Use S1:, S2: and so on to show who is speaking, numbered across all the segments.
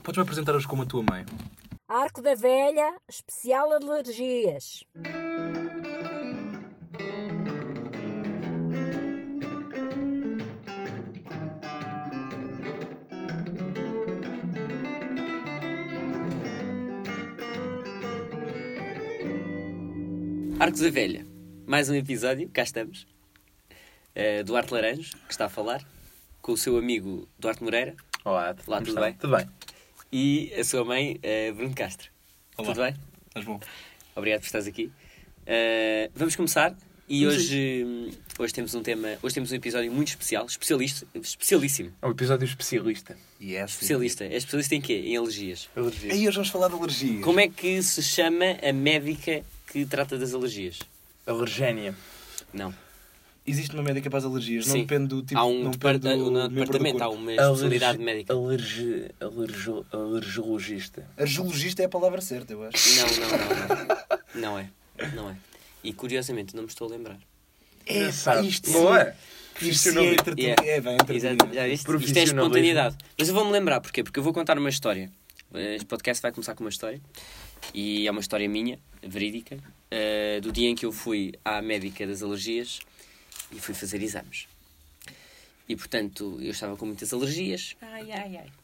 S1: Podes-me apresentar-nos como a tua mãe.
S2: Arco da Velha, especial alergias.
S3: Arcos da Velha, mais um episódio, cá estamos. Eh, Duarte Laranjo, que está a falar, com o seu amigo Duarte Moreira
S4: Olá,
S3: Olá,
S4: como
S3: tudo
S4: estão?
S3: bem?
S4: Tudo bem.
S3: e a sua mãe, eh, Bruno Castro.
S1: Olá.
S3: Tudo bem?
S1: Estás bom?
S3: Obrigado por estares aqui. Eh, vamos começar e
S4: Vamos
S3: hoje, hum, hoje temos um tema, hoje temos um episódio muito especial, especialista, especialíssimo.
S4: É um episódio especialista.
S1: Yes.
S3: Especialista. É especialista em quê? Em alergias.
S4: Alergia.
S1: Aí hoje vamos falar de alergias.
S3: Como é que se chama a médica que trata das alergias?
S4: Alergénia.
S3: Não.
S1: Existe uma médica para as alergias, não
S3: Sim.
S1: depende do tipo
S3: há um
S1: não
S3: depar-
S1: depende do
S3: uh, no
S1: membro do
S3: departamento, há
S1: corpo.
S3: uma especialidade
S4: Alergi-
S3: médica.
S4: Alergi... Alerjo... Alergologista.
S3: um-
S1: Alergologista é a palavra certa, eu acho.
S3: Não, não, não, não. Não é. Não é. E curiosamente, não me estou a lembrar.
S4: É,
S1: isto
S4: Não
S1: sim.
S4: é?
S1: Isto sim é entretenimento. É, bem, entretenimento.
S3: Exato, já viste? Isto é
S4: Profissionalismo.
S3: espontaneidade. Mas eu vou-me lembrar porquê? Porque eu vou contar uma história. Eh, Este podcast vai começar com uma história. E é uma história minha, verídica, eh, do dia em que eu fui à médica das alergias e fui fazer exames. E portanto, eu estava com muitas alergias.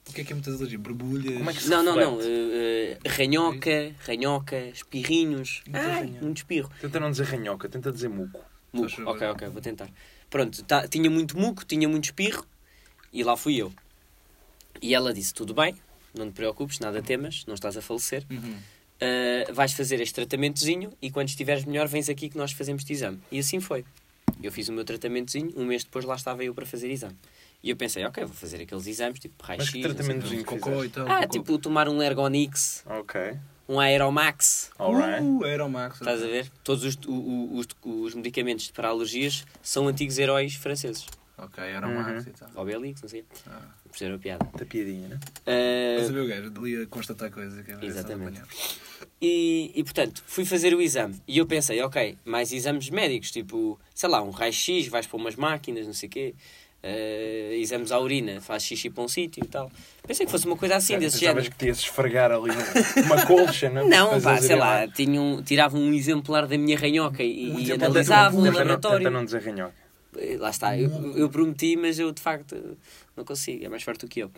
S1: O que é que é muitas alergias? Borbulhas?
S4: Como é que se
S3: Não, não,
S4: reflete?
S3: não. eh, eh, ranhoca, ranhoca, espirrinhos.
S1: Muita
S3: Ai,
S1: ranhoca.
S3: muito espirro.
S4: Tenta não dizer ranhoca, tenta dizer muco.
S3: Muco.
S1: Estás a
S3: Ok,
S1: ver?
S3: ok, vou tentar. Pronto, tá- tinha muito muco, tinha muito espirro e lá fui eu. E ela disse: Tudo bem, não te preocupes, nada temas, não estás a falecer.
S1: Uhum.
S3: Ah, vais fazer este tratamentozinho e quando estiveres melhor, vens aqui que nós fazemos-te exame. E assim foi. Eu fiz o meu tratamentozinho, um mês depois lá estava eu para fazer exame. E eu pensei: Ok, vou fazer aqueles exames, tipo
S4: Mas
S3: raio-x.
S4: que
S3: não sei o quê.
S4: tratamentozinho
S1: Cocó e
S4: fizeste?
S1: tal.
S3: Ah,
S1: cocó. Uh,
S3: tipo tomar um Ergonix,
S4: Ok.
S3: um Aeromax.
S4: Alright.
S1: Uh, Aeromax.
S3: Estás a ver? Todos os, o- o- os, os medicamentos para alergias são antigos heróis franceses.
S1: Ok, Aeromax
S3: Uhum.
S1: então. e tal.
S3: Obelix, não sei.
S1: Ah.
S3: Perceberam a piada.
S4: Tá piadinha, né?
S3: Ah,
S1: Estás a ver o gajo? Ali a constatar coisas. Que é
S3: Exatamente.
S1: só apanhar.
S3: e, e, portanto, fui fazer o exame. E eu pensei, ok, mais exames médicos, tipo, sei lá, um raio-x, vais para umas máquinas, não sei o quê. Ah, exames à urina, faz xixi para um sítio e tal. Pensei que fosse uma coisa assim,
S4: Cara,
S3: desse
S4: Pensavas
S3: género.
S4: que te ias esfregar ali uma colcha, né?
S3: Não,
S4: Mas
S3: pá,
S4: eles
S3: sei
S4: iriam
S3: lá, tinha um- tirava um exemplar da minha ranhoca e,
S1: Um
S3: e
S1: exemplar da
S3: analisava
S1: tua pulga.
S3: no
S4: Tenta não-
S3: laboratório.
S4: Tenta não dizer ranhoca.
S3: eh, Lá está, eu, eu prometi, mas eu de facto não consigo, é mais forte do que eu.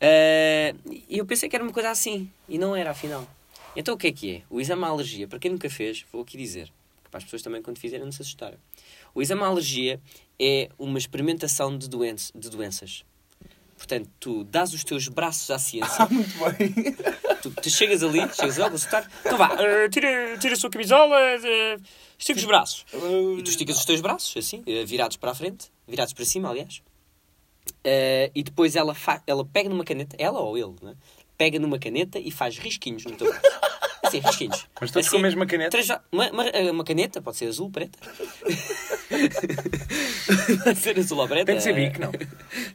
S3: Eh, E eu pensei que era uma coisa assim, e não era afinal. Então o que é que é? O exame à alergia, para quem nunca fez, vou aqui dizer, para as pessoas também quando fizerem não se assustarem. O exame à alergia é uma experimentação de, doen de doenças. Portanto, tu dás os teus braços à ciência,
S1: Muito bem.
S3: tu, tu chegas ali, chegas ali, vou assustar, então vá, eh, tira, tira a sua camisola, eh, estica os braços. E tu esticas os teus braços, assim, eh, virados para a frente, virados para cima, aliás. Eh, e depois ela, fa- ela pega numa caneta, ela ou ele, né? pega numa caneta e faz risquinhos no teu braço. Assim, risquinhos.
S4: Mas todos
S3: Assim,
S4: com a mesma caneta?
S3: três va- uma, uma- eh, uma caneta, pode ser azul, preta. pode ser azul ou preta.
S4: Tem de ser bico, não.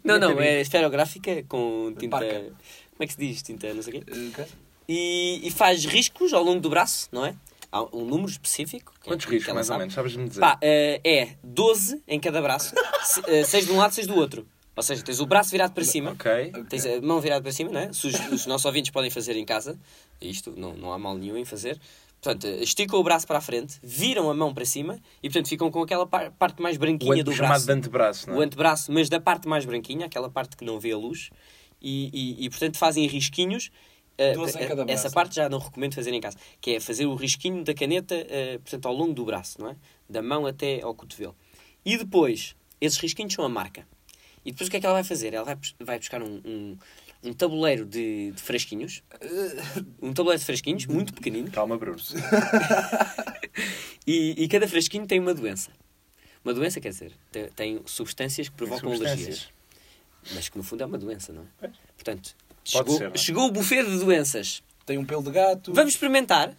S3: Não, não,
S4: Tem de ser
S3: é esferográfica com tinta.
S1: Parca.
S3: Como é que se diz? Tinta, não sei o quê.
S1: Ok.
S3: E, e faz riscos ao longo do braço, não é? Há um número específico. que é-
S4: Quantos
S3: que
S4: riscos,
S3: ela
S4: mais ou
S3: sabe.
S4: menos? Sabes-me dizer?
S3: Pá, eh, é 12 em cada braço, 6 de um lado, 6 do outro. Ou seja, tens o braço virado para cima,
S4: Ok.
S3: tens a mão virada para cima, não é? Se os, os nossos ouvintes podem fazer em casa, isto não, não há mal nenhum em fazer. Portanto, eh, esticam o braço para a frente, viram a mão para cima e, portanto, ficam com aquela par- parte mais
S4: O
S3: branquinha
S4: ante-
S3: do
S4: o chamado
S3: braço.
S4: de antebraço, não
S3: O
S4: é?
S3: antebraço, mas da parte mais branquinha, aquela parte que não vê a luz. E, e, e, portanto, fazem risquinhos. eh,
S1: Doze em
S3: eh,
S1: cada braço.
S3: Essa parte já não recomendo fazer em casa. Que é fazer o risquinho da caneta, eh, portanto, ao longo do braço, não é? Da mão até ao cotovelo. E depois, esses risquinhos são a marca. E depois o que é que ela vai fazer? Ela vai, bus- vai buscar um, um, um tabuleiro de, de fresquinhos. Um tabuleiro de fresquinhos, muito pequenino.
S4: Calma, Bruno.
S3: E, e cada fresquinho tem uma doença. Uma doença, quer dizer, tem, tem substâncias que provocam alergias.
S4: substâncias.
S3: Mas que no fundo é uma doença, não é? Portanto,
S4: Pode
S3: chegou,
S4: ser, não é?
S3: chegou o buffet de doenças.
S1: Tem um pelo de gato.
S3: Vamos experimentar?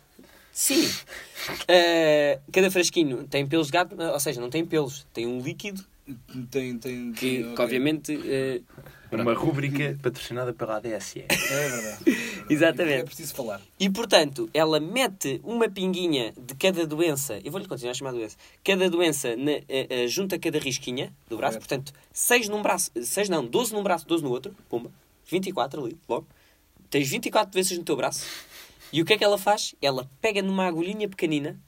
S3: Sim. Ah, cada frasquinho tem pelos de gato, ou seja, não tem pelos, tem um líquido
S1: Tem, tem. tem-
S3: que, que
S1: ok.
S3: obviamente. ah,
S4: Uma rúbrica patrocinada pela ADSE.
S1: É verdade.
S3: Exatamente.
S1: É preciso falar.
S3: e portanto, ela mete uma pinguinha de cada doença, eu vou-lhe continuar a chamar doença, cada doença na, ah, ah, junto a cada risquinha do braço,
S1: Correto.
S3: portanto, 6 num braço, 6 não, 12 num braço, 12 no outro, pumba, 24 ali, logo. Tens 24 doenças no teu braço. E o que é que ela faz? Ela pega numa agulhinha pequenina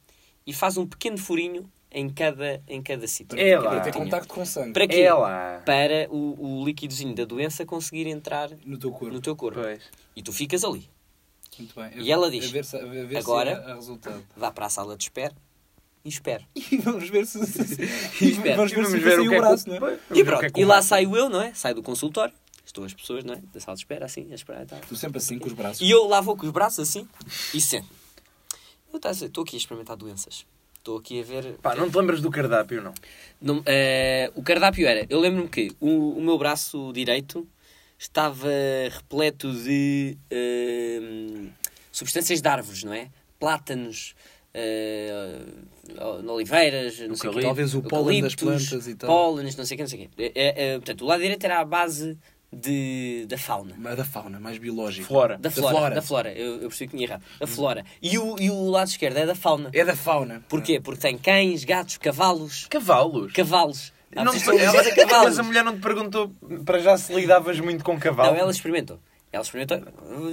S3: e faz um pequeno furinho em cada, em cada sítio.
S4: É
S3: em cada
S4: lá.
S1: Para ter
S3: pontinha.
S1: contacto com sangue
S3: Para quê?
S4: É lá.
S3: Para o, o liquidozinho da doença conseguir entrar
S1: no teu corpo.
S3: no teu corpo.
S4: Pois.
S3: E tu ficas ali.
S1: Muito bem.
S3: E ela diz,
S1: A ver se, a ver se
S3: agora-
S1: há resultado.
S3: Vá para a sala de espera e espera.
S1: E vamos ver se. se- se-
S3: E espera.
S1: vamos ver se fica sem o braço, não é?
S3: E pronto, e lá saio eu, não é? Saio do consultório. Estou as pessoas, não é? Da sala de espera, assim, a esperar e tal.
S1: Tu sempre assim com os braços.
S3: E eu lá vou com os braços assim e sento. Eu tá a dizer, estou aqui a experimentar doenças. Estou aqui a ver.
S4: Pá, não te lembras do cardápio, não?
S3: Não, eh, o cardápio era. Eu lembro-me que o, o meu braço direito estava repleto de eh, substâncias de árvores, não é? Plátanos. eh, o- oliveiras, não sei o quê.
S1: Talvez o pólen das
S3: eucaliptos,
S1: plantas e tal.
S3: Pólenes, não sei o quê, não sei o quê. Eh, eh, eh, portanto, o lado direito era a base de, da fauna.
S1: Mas da fauna, mais biológica.
S4: Flora.
S3: Da flora, da flora. Eu, eu percebi que tinha errado. Da flora. E o, e o lado esquerdo é da fauna.
S1: É da fauna.
S3: Porquê? Porque tem cães, gatos, cavalos.
S4: Cavalos.
S3: Cavalos. Há
S4: Não,
S1: é
S3: pessoas que
S4: ela- é
S3: dizem cavalos.
S4: mas a mulher não te perguntou para já se lidavas muito com cavalo.
S3: Não, ela experimentou. Ela experimentou.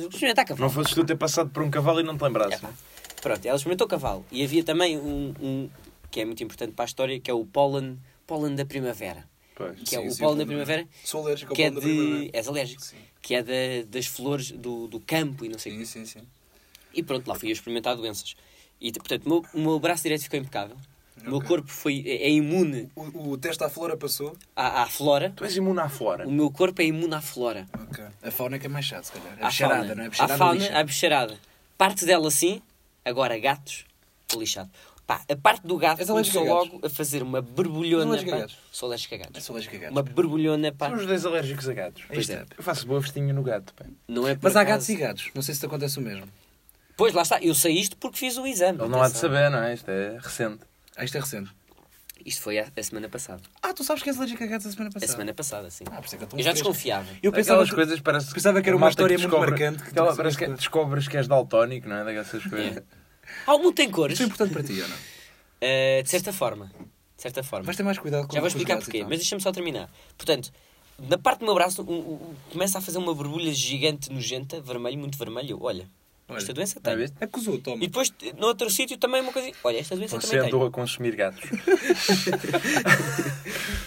S3: Experimentar
S4: Não
S3: cavalo.
S4: fosses tu ter passado por um cavalo e não te lembrasse.
S3: Epá. Pronto, ela experimentou cavalo. E havia também um, um que é muito importante para a história, que é o pólen, pólen da primavera.
S4: Pois.
S3: Que é
S1: Sim,
S3: o
S1: sim,
S3: pólen da
S1: o pólen da
S3: primavera.
S1: Sou alérgico ao
S3: que é
S1: pólen da
S3: de.
S1: primavera.
S3: És alérgico.
S1: Sim.
S3: Que é da- das flores do, do campo e não sei o quê.
S1: Sim, sim, sim.
S3: E pronto, lá fui eu experimentar doenças. E, t- portanto, o meu, o meu braço direito ficou impecável. O meu
S1: Ok.
S3: corpo foi, é, é imune
S1: O, o teste à flora passou.
S3: à, à flora.
S4: Tu és imune à flora.
S1: Então,
S3: O meu corpo é imune à flora.
S1: Ok. A fauna é que é mais chato, se calhar. A
S3: À
S1: bicharada,
S3: fauna.
S1: não é? A
S3: à
S1: bicharada
S3: fauna,
S1: lixa.
S3: à bicharada. Parte dela sim, agora gatos, tô lixado. Pá, a parte do gato
S1: És alérgico
S3: começou
S1: a gatos?
S3: logo a fazer uma borbulhona.
S1: És alérgico a
S3: pá.
S1: gatos?
S3: Sou alérgico a gatos.
S1: Eu sou alérgico a gatos.
S3: Uma borbulhona, pá.
S4: São os dois alérgicos a gatos.
S3: Pois é.
S4: Eu faço boa festinha no gato, pá.
S3: Não é por
S1: Mas há
S3: acaso.
S1: gatos e gatos. Não sei se te acontece o mesmo.
S3: Pois, lá está. Eu sei isto porque fiz o exame.
S4: Ele não há de
S3: atenção.
S4: saber, não é? Isto é recente.
S1: Ah, isto é recente.
S3: Isto foi a, a semana passada.
S1: Ah, tu sabes que és alérgico a gatos a semana
S3: A
S1: passada.
S3: semana passada, sim.
S1: Ah, por isso é que eu tô
S3: eu já
S1: fresco.
S3: desconfiava.
S1: Eu pensava
S4: Aquelas
S1: que...
S4: coisas parece
S1: pensava que era uma
S4: malta
S1: história muito
S4: descobre-
S1: marcante que tu
S4: aquela-
S1: sabes
S4: parece que
S1: coisas.
S4: descobres que és daltónico, não é? Dessas coisas.
S3: Algum tem cores?
S1: Isto é importante para ti, ou não?
S3: Uh, de certa forma. De certa forma.
S1: Vais ter mais cuidado com
S3: Já vou
S1: com os
S3: explicar
S1: gatos então. e
S3: porquê,
S1: tal.
S3: mas deixa-me só terminar. Portanto, na parte do meu braço um- um- começa a fazer uma borbulha gigante nojenta, vermelho, muito vermelho. Olha,
S1: Olha,
S3: esta doença
S4: Não é
S3: tem.
S4: visto?
S1: Acusou, toma.
S3: E depois, no outro sítio, também uma coisa. Olha, esta doença
S4: Você
S3: também tem.
S4: andou a consumir gatos.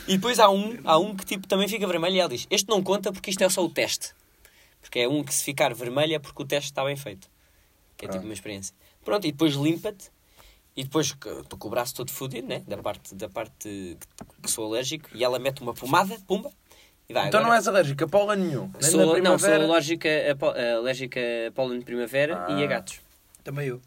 S3: E depois há um, há um que tipo, também fica vermelho e ela diz: Este não conta porque isto é só o teste. Porque é um que se ficar vermelho é porque o teste está bem feito. Que
S1: Ah.
S3: é tipo
S4: Pronto.
S3: uma experiência. Pronto, e depois limpa-te. E depois que- estou com o braço todo fodido, né? Da parte, da parte que- que sou alérgico. E ela mete uma pomada, pumba. E vai,
S4: Então
S3: agora-
S4: não és alérgico a pólen nenhum. Nem
S3: Sou, não,
S4: na
S3: sou eh,
S4: primavera.
S3: alérgica a, pó- a- alérgica a pólen de primavera
S4: Ah.
S3: e a gatos.
S1: Também eu.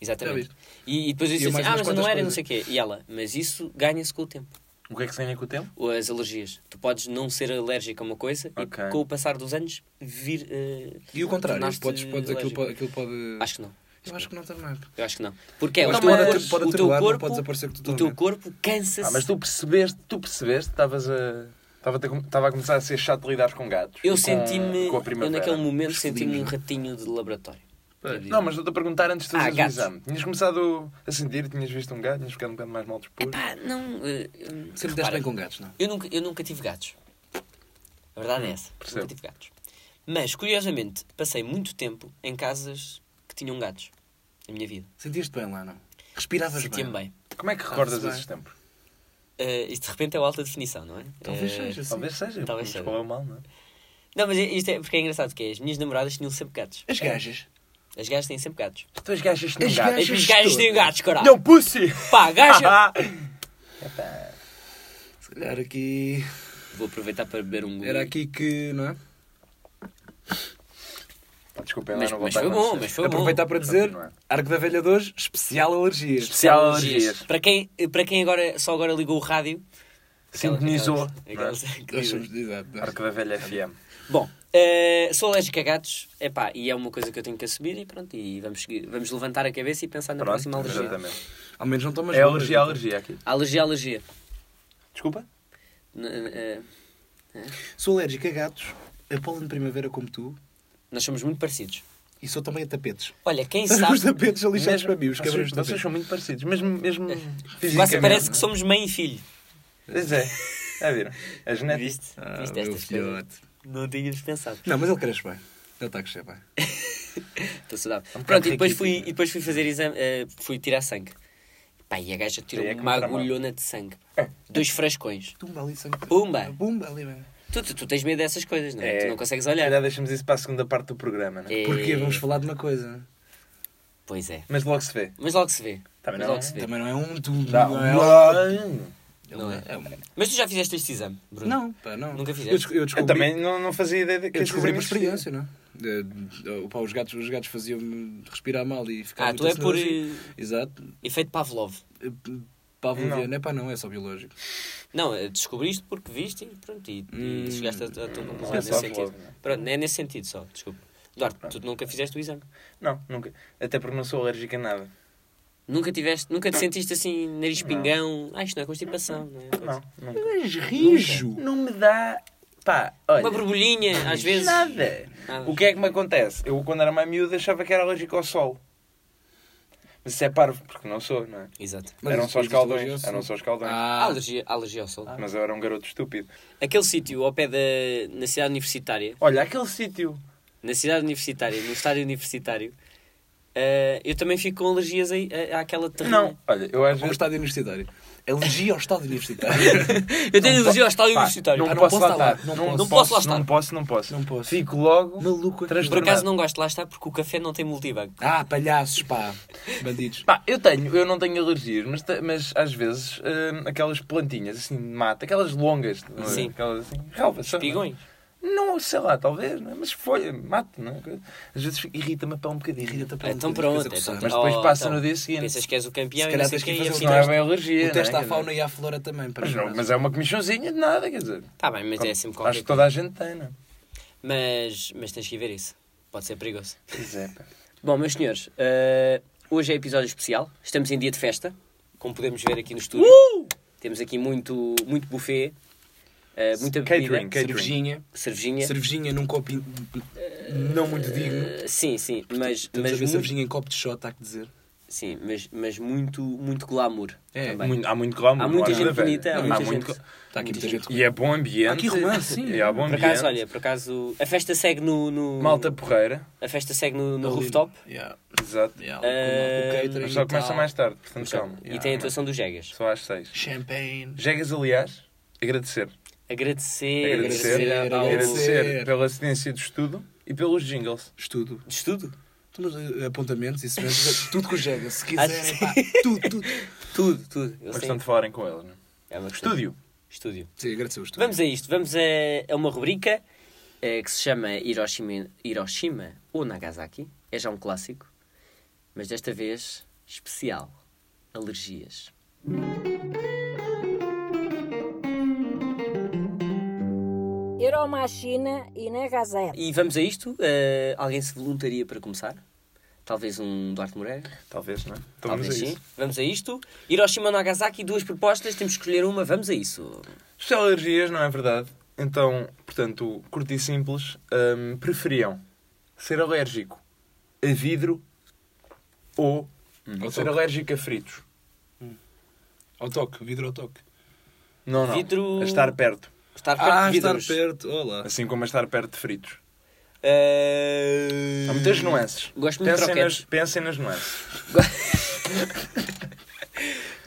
S3: Exatamente.
S1: Já
S3: E, e depois eu
S1: E
S3: disse assim,
S1: mais
S3: ah,
S1: umas
S3: mas eu não
S1: quantas
S3: era, não sei o quê. E ela, mas isso ganha-se com o tempo.
S4: O que é que se ganha com o tempo?
S3: Ou as alergias. Tu podes não ser alérgico a uma coisa
S4: Ok.
S3: e com o passar dos anos vir... eh,
S1: E o contrário,
S3: tornar-te
S1: podes, podes, aquilo,
S3: alérgico.
S1: pode, aquilo pode.
S3: Acho que não.
S1: Eu acho que não também.
S3: Eu acho que não. Porque é,
S1: Eu
S3: o
S1: acho
S3: teu,
S1: que pode atu-
S3: corpo,
S1: pode
S3: o teu
S1: aturar, não
S3: corpo,
S1: pode desaparecer
S3: o teu
S1: totalmente.
S3: corpo cansa-se.
S4: Ah, mas tu percebeste, tu percebeste, estavas a. Estava a, estava a começar a ser chato de lidar com gatos.
S3: Eu
S4: E com-
S3: senti-me,
S4: com a
S3: eu
S4: primavera.
S3: naquele momento senti-me um ratinho de laboratório. Eu digo,
S4: Não, mas estou-te a perguntar antes de
S3: Ah,
S4: fazeres o
S3: gatos.
S4: exame. Tinhas começado a sentir, tinhas visto um gato, tinhas ficado um bocado mais mal disposto.
S3: Epá, não... eh,
S1: Sempre
S3: repara,
S1: deste bem com gatos, não?
S3: Eu nunca, eu nunca tive gatos. A verdade é essa.
S4: percebo.
S3: Nunca tive gatos. Mas, curiosamente, passei muito tempo em casas que tinham gatos. Na minha vida.
S1: Sentias-te bem lá, não? Respiravas
S3: Sentia-me
S1: bem.
S3: bem.
S4: Como é que recordas
S1: bem.
S4: esses tempos?
S3: Eh, isto de repente é o alta definição, não é?
S1: Talvez
S3: Eh,
S1: seja assim.
S4: Talvez seja,
S3: Talvez
S4: mas
S3: seja.
S4: qual é o mal, não é?
S3: Não, mas isto é porque é engraçado que é, as minhas namoradas tinham sempre gatos.
S1: As gajas.
S3: As gajas têm sempre gatos.
S4: Tu és gajas
S1: És
S4: não
S1: gajas.
S3: As
S1: Achas
S3: minhas gajas
S1: tudo?
S3: têm gatos, caralho.
S4: Não, pussy!
S3: Pá, gaja!
S1: Se calhar aqui.
S3: Vou aproveitar para beber um
S1: Era aqui que, não é?
S4: Desculpem, lá
S3: Mas-
S4: não
S3: mas foi
S4: voltar a
S3: bom,
S4: acontecer.
S3: mas foi bom.
S1: Aproveitar para dizer:
S4: Continua.
S1: Arco da Velha de hoje, especial alergias.
S4: Especial alergias.
S3: Para quem, para quem agora, só agora ligou o rádio... aquelas-
S4: Sintonizou.
S3: aquelas-
S4: não é?
S3: aquelas-
S1: Nós somos de idade. não é?
S4: Arco da Velha FM.
S3: Bom, eh, sou alérgico a gatos, epá, e é uma coisa que eu tenho que assumir e pronto, e vamos, seguir- vamos levantar a cabeça e pensar na
S4: Pronto,
S3: próxima alergia.
S4: exatamente.
S1: Ao menos não então. tomas
S4: É
S1: bombas,
S4: alergia,
S1: não?
S4: alergia aqui.
S3: Alergia, é alergia.
S4: Desculpa?
S3: N- eh,
S1: Sou alérgico a gatos, a pólen de primavera como tu
S3: nós somos muito parecidos.
S1: e sou também a tapetes.
S3: Olha, quem
S1: Sabes os
S3: sabe...
S1: tapetes a lixados para mim, os
S4: vocês-
S1: cabrões de
S4: Vocês
S1: tapetes.
S4: são muito parecidos, mesmo. mesmo
S3: Quase
S4: fisicamente,
S3: parece
S4: não
S3: que
S4: é?
S3: somos mãe e filho.
S4: Pois é. A ver, a genética. Ah,
S1: Ah,
S3: Viste? Viste estas coisas? Não tínhamos pensado.
S1: Não, mas ele cresce bem. Ele está a crescer bem.
S3: Estou saudável.
S4: É um
S3: Pronto,
S4: bocado
S3: e depois,
S4: riquito,
S3: fui,
S4: né?
S3: e depois fui fazer exame, eh, fui tirar sangue. Pá, e a gaja tirou
S4: Aí é que
S3: uma
S4: me tramou. É.
S3: agulhona de sangue. Dois frascões.
S1: Tumba ali, sangue.
S3: Pumba.
S1: Pumba ali, mesmo.
S3: Tu, tu, tu tens medo dessas coisas, não é? Tu não consegues
S4: Ainda
S3: olhar.
S4: deixamos isso para a segunda parte do programa, não é?
S3: É.
S1: Porque vamos falar de uma coisa.
S3: Pois é.
S4: Mas logo se vê.
S3: Mas logo se vê.
S4: Também
S3: Mas
S4: não.
S3: logo se vê.
S1: Também não é um tumba.
S4: Dá
S1: não
S4: um-
S1: é
S3: Não
S1: um-
S3: é.
S1: é um-
S3: Mas tu já fizeste este exame, Bruno?
S1: Não, pá, não.
S3: Nunca fizeste?
S1: Eu, desco- eu
S4: Eu
S1: descobri,
S4: também não, não fazia ideia de que
S1: eu
S4: esse
S1: descobri uma
S4: exame existia.
S1: experiência, não é? Eh, eh, pá, os, gatos, os gatos faziam-me respirar mal e ficar
S3: Ah,
S4: então
S3: tu é por eh,
S1: Exaexato.
S3: efeito Pavlov.
S1: Eh, Pavloviano,
S4: Não.
S1: é pá, não, é só biológico.
S3: Não, eh, descobriste porque viste e pronto, e, e
S1: Hum.
S3: chegaste a, a tua conclusão
S4: é
S3: nesse
S4: só
S3: sentido.
S4: Pavlov, não é?
S3: Pronto, é nesse sentido só, desculpa. Eduardo, tu nunca fizeste o exame.
S4: Não, nunca. Até porque não sou alérgico a nada.
S3: Nunca tiveste, nunca te sentiste assim, nariz pingão. Ah, isto não é constipação, não é?
S4: Não, nunca.
S1: Mas rijo!
S4: Não me dá. Pá, olha.
S3: Uma borbulhinha, às vezes.
S4: Nada.
S3: Nada.
S4: O que é que me acontece? Eu, quando era mais miúdo, achava que era alérgico ao sol. Mas isso é parvo, porque não sou, não é?
S3: Exato.
S1: Mas
S4: eram
S1: isso
S4: só os
S1: existe hoje, eu
S4: caldões.
S1: sei.
S4: Eram só os caldões.
S1: Ah,
S3: Alergia, alergia ao sol.
S4: Mas eu era um garoto estúpido.
S3: Aquele sítio ao pé da. na cidade universitária,
S4: Olha, aquele sítio.
S3: na cidade universitária, no estádio universitário, eh, eu também fico com alergias aí- a- àquela terrinha.
S4: Não, olha, eu
S1: ao
S3: tá
S4: às vezes.
S1: É um estádio universitário. Alergia ao estádio universitário.
S3: Eu tenho alergia ao estádio
S4: Pá,
S3: universitário.
S4: Não,
S1: Ah, não
S4: posso,
S1: posso
S4: lá
S1: lá,
S4: estar.
S1: não
S3: posso. Não posso lá estar.
S4: Não posso, não posso.
S1: Não posso.
S4: Fico logo.
S1: Maluco, é
S4: transtornado.
S3: Por acaso não gosto de lá estar porque o café não tem multibanco.
S1: ah, palhaços, pá. Bandidos.
S4: Pá, eu tenho, eu não tenho alergias, mas, te- mas às vezes hum, aquelas plantinhas assim de mata, aquelas longas, não é?
S3: Sim.
S4: aquelas assim, relvas, sabe?
S3: Espigões.
S4: Não, sei lá, talvez, não é? mas folha, mato, não é? Às vezes fica- irrita-me para um bocadinho.
S1: Irrita-te a pau,
S3: Então
S1: não tens
S3: pronto.
S1: coisa
S3: então-
S1: coçar.
S4: Mas depois
S3: oh,
S4: passa
S3: então,
S4: no dia seguinte.
S3: Pensas que um és o campeão
S1: Se
S3: e assim não
S1: calhar
S3: sei
S1: tens que
S3: quem.
S1: fazer
S4: Isso
S1: Sim,
S4: não é
S1: teste-
S4: bem alergia.
S1: O teste
S4: não é?
S1: à fauna e à flora também. Para
S4: Mas, não,
S1: nós.
S4: mas é uma comichãozinha de nada, quer dizer.
S3: Está bem, mas é sempre
S4: Acho
S3: qualquer
S4: que toda
S3: coisa.
S4: a gente tem, não é?
S3: Mas, mas tens que ir ver isso. Pode ser perigoso.
S4: Pois é, pá.
S3: Bom, meus senhores, eh, hoje é episódio especial. Estamos em dia de festa, como podemos ver aqui no estúdio. Temos aqui muito, muito buffet, eh, muita bebida,
S4: Catering, catering.
S1: Cervejinha.
S3: cervejinha.
S1: Cervejinha num copo in- não muito digno.
S3: Eh, sim, sim, mas,
S1: Estamos a
S3: mas,
S1: ver
S3: muito,
S1: cervejinha em copo de shot, há que dizer.
S3: sim mas, mas muito, muito glamour
S1: É,
S3: também.
S4: Muito- há muito glamour.
S3: Há muita
S4: não
S3: gente
S4: nada a ver.
S3: bonita, há Tá
S4: Não,
S3: muita gente.
S4: go-
S1: Está aqui muita gente com
S4: E é bom ambiente.
S1: Há aqui romance, sim.
S4: E há bom
S3: Por
S4: ambiente.
S3: acaso, olha, por acaso, a festa segue no... no-
S4: Malta porreira.
S3: A festa segue no, no
S1: Ali.
S3: rooftop.
S1: Yeah.
S4: Exato.
S1: Yeah, com
S3: Eh,
S1: o catering
S4: Mas só
S1: e
S4: começa
S1: tal.
S4: mais tarde, portanto calma.
S3: Então, e tem a atuação dos Jegas.
S4: Só às seis.
S1: Champagne.
S4: Jegas, aliás, agradecer.
S3: Agradecer,
S4: Agradecer,
S3: agradecer, ao
S1: agradecer.
S4: agradecer pela assistência de estudo e pelos jingles.
S1: Estudo.
S3: de estudo.
S1: Temos eh, apontamentos, isso mesmo. Tudo que o Jega, se
S3: Ah, sim.
S1: quiserem, pá, tudo, tudo.
S3: Tudo, tudo. Eles
S4: Mas
S3: têm-
S4: tanto falarem com eles, não é?
S3: É uma questão-
S4: Estúdio.
S3: Estúdio.
S1: Sim, agradecer o estudo.
S3: Vamos a isto, vamos a, a uma rubrica eh, que se chama Hiroshima, Hiroshima ou Nagasaki. É já um clássico, mas desta vez especial. Alergias.
S2: Euromachina e Nagasaki.
S3: E vamos a isto. eh, alguém se voluntaria para começar? Talvez um Duarte Moreira?
S4: Talvez, não é? Então
S3: Talvez
S4: vamos a
S3: sim.
S4: isso.
S3: Vamos a isto. Hiroshima ou Nagasaki, duas propostas, temos que escolher uma, vamos a isso.
S4: Especial alergias, não é verdade? Então, portanto, curto e simples, hum, preferiam ser alérgico a vidro ou, hum,
S1: Ao
S4: ser
S1: toque.
S4: alérgico a fritos?
S1: Ao toque, vidro ao toque.
S4: Não, não.
S3: Vidro-
S4: A estar perto.
S3: Estar perto
S1: Ah,
S3: de
S1: estar
S3: vidros.
S1: perto. Olá.
S4: Assim como a estar perto de fritos.
S3: Eh,
S4: Há muitas nuances.
S3: Gosto muito de
S4: pensem,
S3: croquetes.
S4: nas, pensem nas nuances.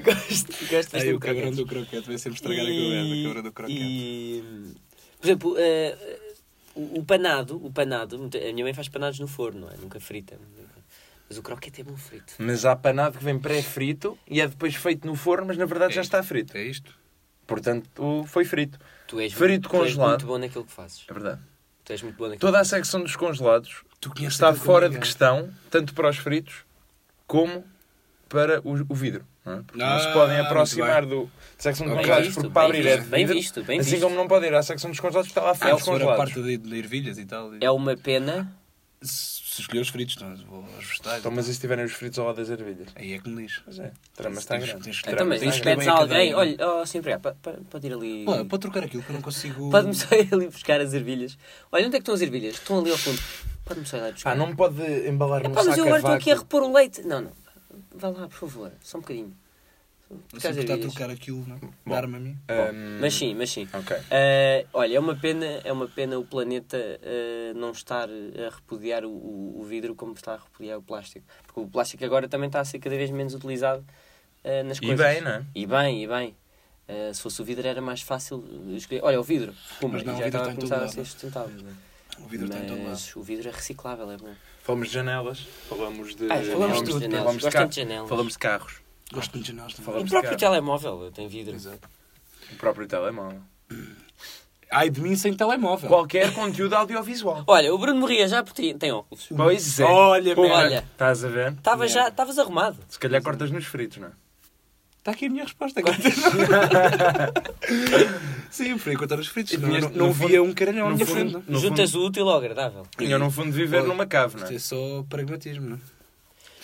S3: Gosto, gosto
S1: Aí
S3: bastante
S1: o cabrão
S3: de croquetes.
S1: do croquete vai sempre estragar a conversa, o cabrão do croquete.
S3: um E, por exemplo, eh, o o panado, o panado, muita- a minha mãe faz panados no forno, não é? nunca frita. Mas o croquete é bom frito.
S4: Mas há panado que vem pré-frito e é depois feito no forno, mas na verdade já está frito.
S1: É isto?
S4: Portanto, foi frito.
S3: Tu és,
S4: Frito
S3: tu és
S4: congelado.
S3: muito bom naquilo que fazes.
S4: É verdade.
S3: Tu és muito bom naquilo
S4: Toda a
S3: que
S4: secção dos congelados
S1: Tu conheces
S4: está
S1: aquilo
S4: fora de
S1: comigo, é?
S4: questão, tanto para os fritos como para o, o vidro. Não, é? Porque não
S1: Ah,
S4: se podem
S1: muito
S4: aproximar
S1: bem.
S4: do da secção de
S1: Ok.
S4: congelados
S3: Bem
S4: porque
S3: visto,
S4: para
S3: bem
S4: abrir é de
S3: visto, bem
S4: vidro,
S3: visto, bem
S4: assim
S3: visto. Ah,
S4: como não pode ir à secção dos congelados porque está lá à
S1: É
S4: frente
S1: o
S4: dos
S1: senhor a
S4: congelados.
S1: parte de, de ervilhas e tal.
S3: É uma pena.
S1: Se se escolher os fritos, não, vou aos vegetais.
S4: Então, mas e se tiverem os fritos ao lado das ervilhas?
S1: Aí é que me diz.
S4: Pois é, trama
S1: Tens-
S4: está
S1: tens-
S4: grande.
S1: tens-
S4: Trama
S3: Então, mas
S4: está
S1: É tens-
S4: grande.
S3: pedes
S1: bem a um.
S3: a alguém,
S1: cadeia.
S3: olha, oh, senhor empregado, pa- pa- pode ir ali.
S1: Pô, pode trocar aquilo que eu não consigo.
S3: Pode-me só ir ali buscar as ervilhas. Olha, onde é que estão as ervilhas? Estão ali ao fundo. Pode-me só ir lá buscar.
S4: Pá, Ah, não me pode embalar
S3: É
S4: num
S3: pá, mas
S4: saco
S3: eu
S4: a
S3: agora estou
S4: vácuo.
S3: aqui a repor o leite. Não, não. Vá lá, por favor. Só um bocadinho. Só
S1: Não
S3: Quer
S1: sei
S3: dizer,
S1: porque está a
S3: isso.
S1: trocar aquilo, não? é?
S4: Bom. é.
S1: Dar-me a mim.
S4: Ahm,
S3: Mas sim, mas sim.
S4: Ok.
S3: Eh, olha, é uma pena, é uma pena o planeta eh, não estar a repudiar o, o- o vidro como está a repudiar o plástico. Porque o plástico agora também está a ser cada vez menos utilizado eh, nas
S4: E
S3: coisas.
S4: bem, não é?
S3: E bem, e bem. Eh, se fosse o vidro era mais fácil escolher. Olha, o vidro. Pumba,
S1: Mas não,
S3: e
S1: o
S3: já
S1: vidro está
S3: estava a
S1: em todo
S3: começar a
S1: lado.
S3: ser sustentável. é?
S1: O vidro está em todo lado.
S3: Mas o vidro é reciclável, é bom.
S4: Falamos de janelas, falamos de.
S3: Ah, falamos de janelas.
S4: falamos
S3: Gosto
S4: ca-
S3: de janelas.
S4: Falamos de carros,
S1: Gosto muito de janelas também.
S4: Falamos
S3: O
S4: de
S3: próprio
S4: carros.
S3: telemóvel tem vidro.
S1: Exato.
S4: o próprio telemóvel.
S1: Ai de mim sem telemóvel.
S4: Qualquer conteúdo audiovisual.
S3: Olha, o Bruno Morria já tem, tem óculos.
S4: Pois é.
S1: Olha,
S4: Pô,
S3: merda.
S4: Estás a ver?
S3: Tava já, estavas arrumado.
S4: Se calhar cortas nos fritos, não é?
S1: Está aqui a minha resposta agora. Sim, por enquanto os fritos.
S4: E
S1: Não,
S4: tinhas-
S1: não,
S4: no
S1: não
S4: fundo-
S1: via um caranhão à
S4: no
S1: minha
S4: fundo-
S1: frente. não.
S4: No
S3: Juntas o útil ao agradável.
S4: Tinha no fundo de viver
S1: Olha,
S4: numa cave, não
S1: Isto
S4: é?
S1: é só pragmatismo, não é?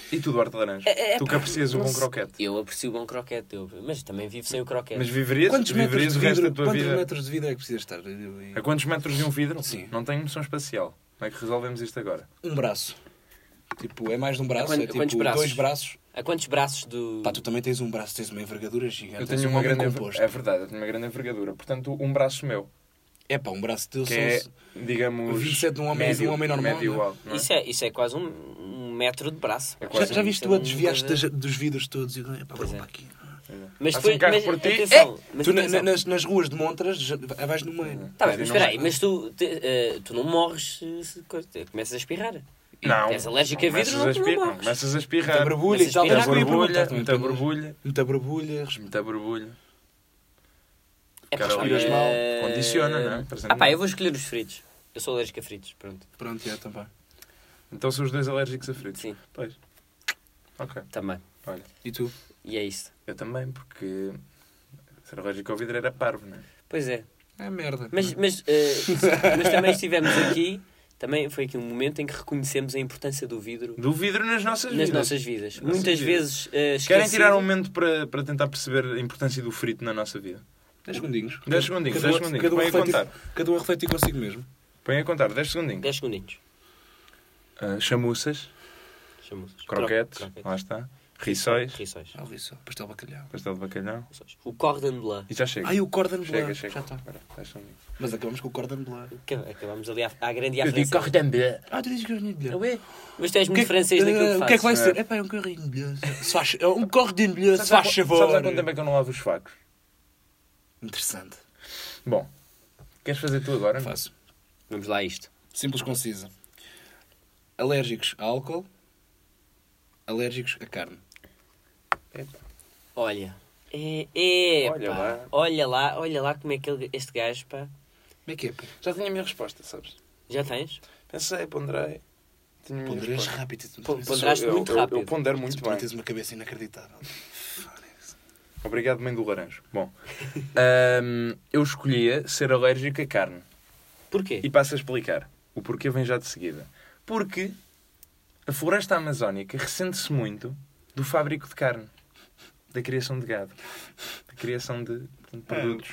S4: E tu, Duarte Laranja?
S3: É, é,
S4: tu que aprecias o
S3: não
S4: bom
S3: sei.
S4: um croquete.
S3: Eu aprecio o bom croquete, eu- mas também vivo sem o croquete.
S4: Mas viverias,
S1: Quantos metros
S4: viverias
S1: de
S4: o resto
S1: vidro,
S4: da tua
S1: quantos
S4: vida?
S1: metros de vidro é que precisas estar?
S4: A quantos metros de um vidro?
S1: Sim.
S4: Não tem noção espacial. Como é que resolvemos isto agora?
S1: Um braço. Tipo, é mais de um braço,
S3: quant-
S1: é tipo
S3: quantos braços?
S1: dois braços.
S3: Há quantos braços do.
S1: Pá, tu também tens um braço, tens uma envergadura gigante.
S4: Eu
S1: és
S4: tenho
S1: um
S4: uma
S1: homem
S4: grande.
S1: composto.
S4: É verdade, eu tenho uma grande envergadura. Portanto, um braço meu,
S1: É pá, um braço teu
S4: que
S1: são
S4: é, digamos.
S1: 27 de um homem e de um homem normal,
S4: Médio
S1: não é?
S4: alto, não é?
S3: Isso, é, isso é quase um, um metro de braço.
S4: É
S1: Já,
S4: quase
S1: já viste tu a desviaste
S3: das.
S1: das- dos vidros todos e é pá, vou para aqui.
S3: Mas
S4: Passa
S3: foi.
S4: um carro
S3: mas,
S4: por ti.
S3: atenção, mas
S1: tu na-
S3: atenção.
S1: nas, nas ruas de Montras já- vais no meio.
S3: Tá bem, mas
S4: Não-
S3: espera aí, mas tu, te- eh, tu não morres eh, se coisa- te- começas a espirrar. E
S4: Não.
S3: És alérgico a
S4: não
S3: vidro,
S4: começas
S3: não,
S4: a
S3: tu
S4: espir-
S3: não é?
S4: não
S3: morres.
S4: Começas a
S1: Muita
S4: espirrar.
S1: borbulha e
S3: Mas
S1: tal.
S3: espera,
S1: Era o que
S4: Muita
S1: eu ia
S4: borbulha,
S1: perguntar também,
S4: muita
S1: pelo menos.
S4: borbulha,
S1: Muita borbulha. res-
S4: muita borbulha.
S3: É pá,
S4: Respiras
S3: olha,
S4: mal,
S3: eh,
S4: condiciona, não é? Presente
S3: Ah pá,
S4: mal.
S3: eu vou escolher os fritos. Eu sou alérgico a fritos, pronto.
S1: Pronto, é também.
S4: Então são os dois alérgicos a fritos?
S3: Sim.
S4: Pois. Ok,
S3: Também.
S4: olha.
S1: E tu?
S3: E é isso.
S4: Eu também, porque ser alérgico ao vidro era parvo, não é?
S3: Pois é.
S1: É merda.
S3: Mas, mas, eh, mas também estivemos aqui, também foi aqui um momento em que reconhecemos a importância do vidro
S4: Do vidro nas nossas
S3: nas
S4: vidas.
S3: nossas vidas.
S4: Nossas
S3: Muitas
S4: vidas.
S3: vezes eh,
S4: Querem
S3: esquecido.
S4: tirar um momento para, para tentar perceber a importância do frito na nossa vida?
S1: 10 segundinhos.
S4: 10 segundinhos,
S1: Cada um-
S4: 10 segundinhos.
S1: Cada um, a
S4: Põe a
S1: refletir,
S4: contar.
S1: cada um a refletir consigo mesmo.
S4: Põe a contar, 10 segundinhos.
S3: 10 segundinhos.
S4: Ah, chamuças,
S3: Chamamos.
S4: croquetes, lá está, rissóis,
S3: Rissóis.
S1: Ah, isso. Pastel bacalhau.
S4: pastel de bacalhau.
S3: Rissóis. O cordon bleu.
S4: E já chega.
S1: Ai, o cordon
S4: chega,
S1: bleu.
S4: chega.
S1: Já tá. está.
S4: Espera, 10 segundinhos.
S1: Mas acabamos com o cordon bleu.
S3: Que- Acabamos ali à, à grande e à
S4: Eu digo
S3: francesa.
S4: cordon bleu.
S1: Ah, tu dizes cordon bleu.
S3: Ué, Mas tu és
S1: O que é
S3: muito
S1: que-
S3: francês naquilo que
S1: eh, O que é que vai
S3: fazes.
S1: ser? É pá, é um cordon bleu. Se faz- é Um cordon bleu, se faz
S4: há- sabes há
S1: favor.
S4: quanto tempo é que eu não lavo os facos?
S1: Interessante.
S4: Bom, queres fazer tu agora?
S1: Faço.
S3: Vamos lá a isto.
S1: Simples, concisa. Alérgicos a álcool. Alérgicos a carne.
S3: Olha. É, é,
S4: Olha
S3: olha, pá.
S4: lá.
S3: Lá. olha lá, olha lá como é que ele- este gajo, pá.
S1: Como é que é, pá?
S4: Já tinha a minha resposta, sabes?
S3: Já tens?
S4: Pensei, ponderei. Tinha a minha
S1: Ponderas
S4: resposta.
S1: rápido. tu-
S3: Pon-
S1: tu-
S3: ponderaste
S4: Eu-
S3: muito
S4: eu-
S3: rápido.
S4: Eu pondero muito
S1: tu
S4: bem.
S1: tens uma cabeça inacreditável.
S4: Obrigado, mãe do laranjo. Bom, ahm, eu escolhia ser alérgico a carne.
S3: Porquê?
S4: E passo a explicar. O porquê vem já de seguida. Porque a floresta amazónica ressente-se muito do fábrico de carne. Da criação de gado. Da criação de, portanto, produtos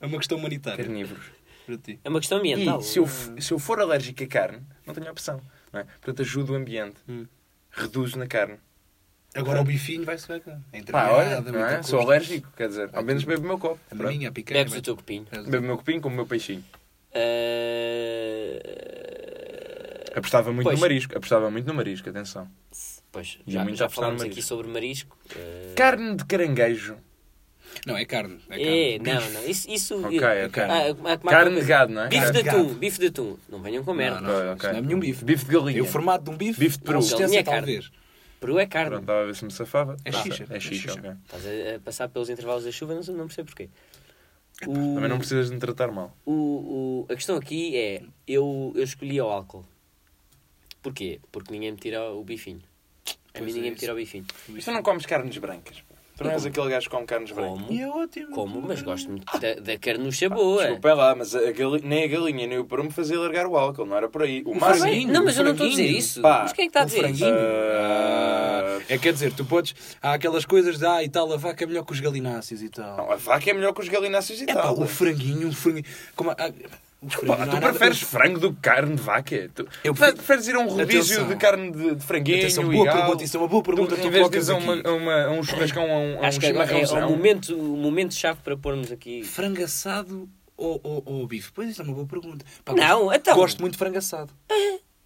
S1: É uma questão humanitária
S4: carnívoros.
S1: para ti.
S3: É uma questão
S1: então?
S3: ambiental.
S4: E se eu, f- se eu for alérgico a carne, não tenho opção. Não é? Portanto, ajudo o ambiente.
S1: Hum.
S4: Reduzo na carne.
S1: Agora o bifinho vai-se ver. É
S4: Pá, olha,
S1: intermediado,
S4: não é? sou alérgico, quer dizer, ao menos bebo o meu copo.
S1: A
S4: Pronto.
S1: minha, a picanha.
S3: Bebes o
S1: vai-
S3: teu copinho.
S1: Bebes
S4: Bebo o meu copinho como o meu peixinho.
S3: Eh,
S4: Apostava muito
S3: Pois.
S4: no marisco, apostava muito no marisco, atenção.
S3: Pois,
S4: E
S3: já,
S4: muito
S3: já
S4: a apostar no
S3: falámos aqui
S4: marisco.
S3: sobre marisco. eh,
S4: Carne de caranguejo.
S1: o- Não, é carne. É carne.
S3: É, não, não. Isso. isso
S4: Ok, é carne.
S3: Ah, como é que marca
S4: Carne
S3: uma
S4: de
S3: coisa?
S4: gado, não é?
S3: Bife
S4: Carne
S3: de
S1: de
S3: atum,
S1: gado.
S3: bife de atum. Não venham com merda.
S1: Não, não,
S4: Ah, Ok.
S1: isso não é nenhum bife.
S4: Bife de galinha.
S1: É o formato de um bife.
S4: Bife de peru.
S1: consistência,
S3: Minha carne.
S1: talvez.
S3: Peru é carne.
S4: Pronto, estava a ver se me safava.
S1: É
S4: Não,
S1: xixa.
S4: É xixa, ok.
S3: Estás a, a passar pelos intervalos da chuva, não, sei- não percebo porquê. O,
S4: Também não precisas de me tratar mal.
S3: o- o- a questão aqui é: eu, eu escolhi o álcool. Porquê? Porque ninguém me tira o bifinho. A
S1: Pois
S3: mim
S1: é
S3: ninguém me
S1: isso.
S3: tira o bifinho.
S4: Mas tu não comes carnes brancas. Tu não és aquele gajo que come carnes brancas.
S1: E
S3: Como?
S1: é ótimo.
S3: Como? Mas gosto muito da, da carnucha boa.
S4: Desculpa lá, mas a gali- nem a galinha nem o peru me fazia largar o álcool, não era por aí. O
S3: Mas,
S4: máximo.
S3: não, mas eu não estou a dizer
S1: franguinho.
S3: isso.
S4: Pá,
S3: mas quem é que está a
S1: o
S3: dizer isso?
S1: Um franguinho.
S4: Ah.
S1: É quer dizer, tu podes. Há aquelas coisas de ah e tal, a vaca é melhor que os galináceos e tal.
S4: Não, a vaca é melhor que os galináceos e
S1: É pá,
S4: tal.
S1: o franguinho, um franguinho. Como, há-
S4: Pá, tu preferes frango do que carne de vaca? Tu,
S1: Eu
S4: eu
S1: prefiro-
S4: preferes ir a um rodízio
S1: Atenção.
S4: de carne de, de franguinho
S1: Atenção,
S4: e
S1: boa
S4: gal,
S1: pergunta, isso é uma boa pergunta,
S4: do-
S1: tu
S4: Em vez de
S1: colocas
S4: ires a, uma-
S1: aqui.
S4: a uma- a um churrascão, a um, a um
S3: Acho que agora é,
S4: chimarrãozão.
S3: o momento, o momento chave para pormos aqui.
S1: Frango assado ou, ou, ou bife? Pois isso é uma boa pergunta. Pá,
S3: Não,
S1: gosto,
S3: então.
S1: Gosto muito de frango assado.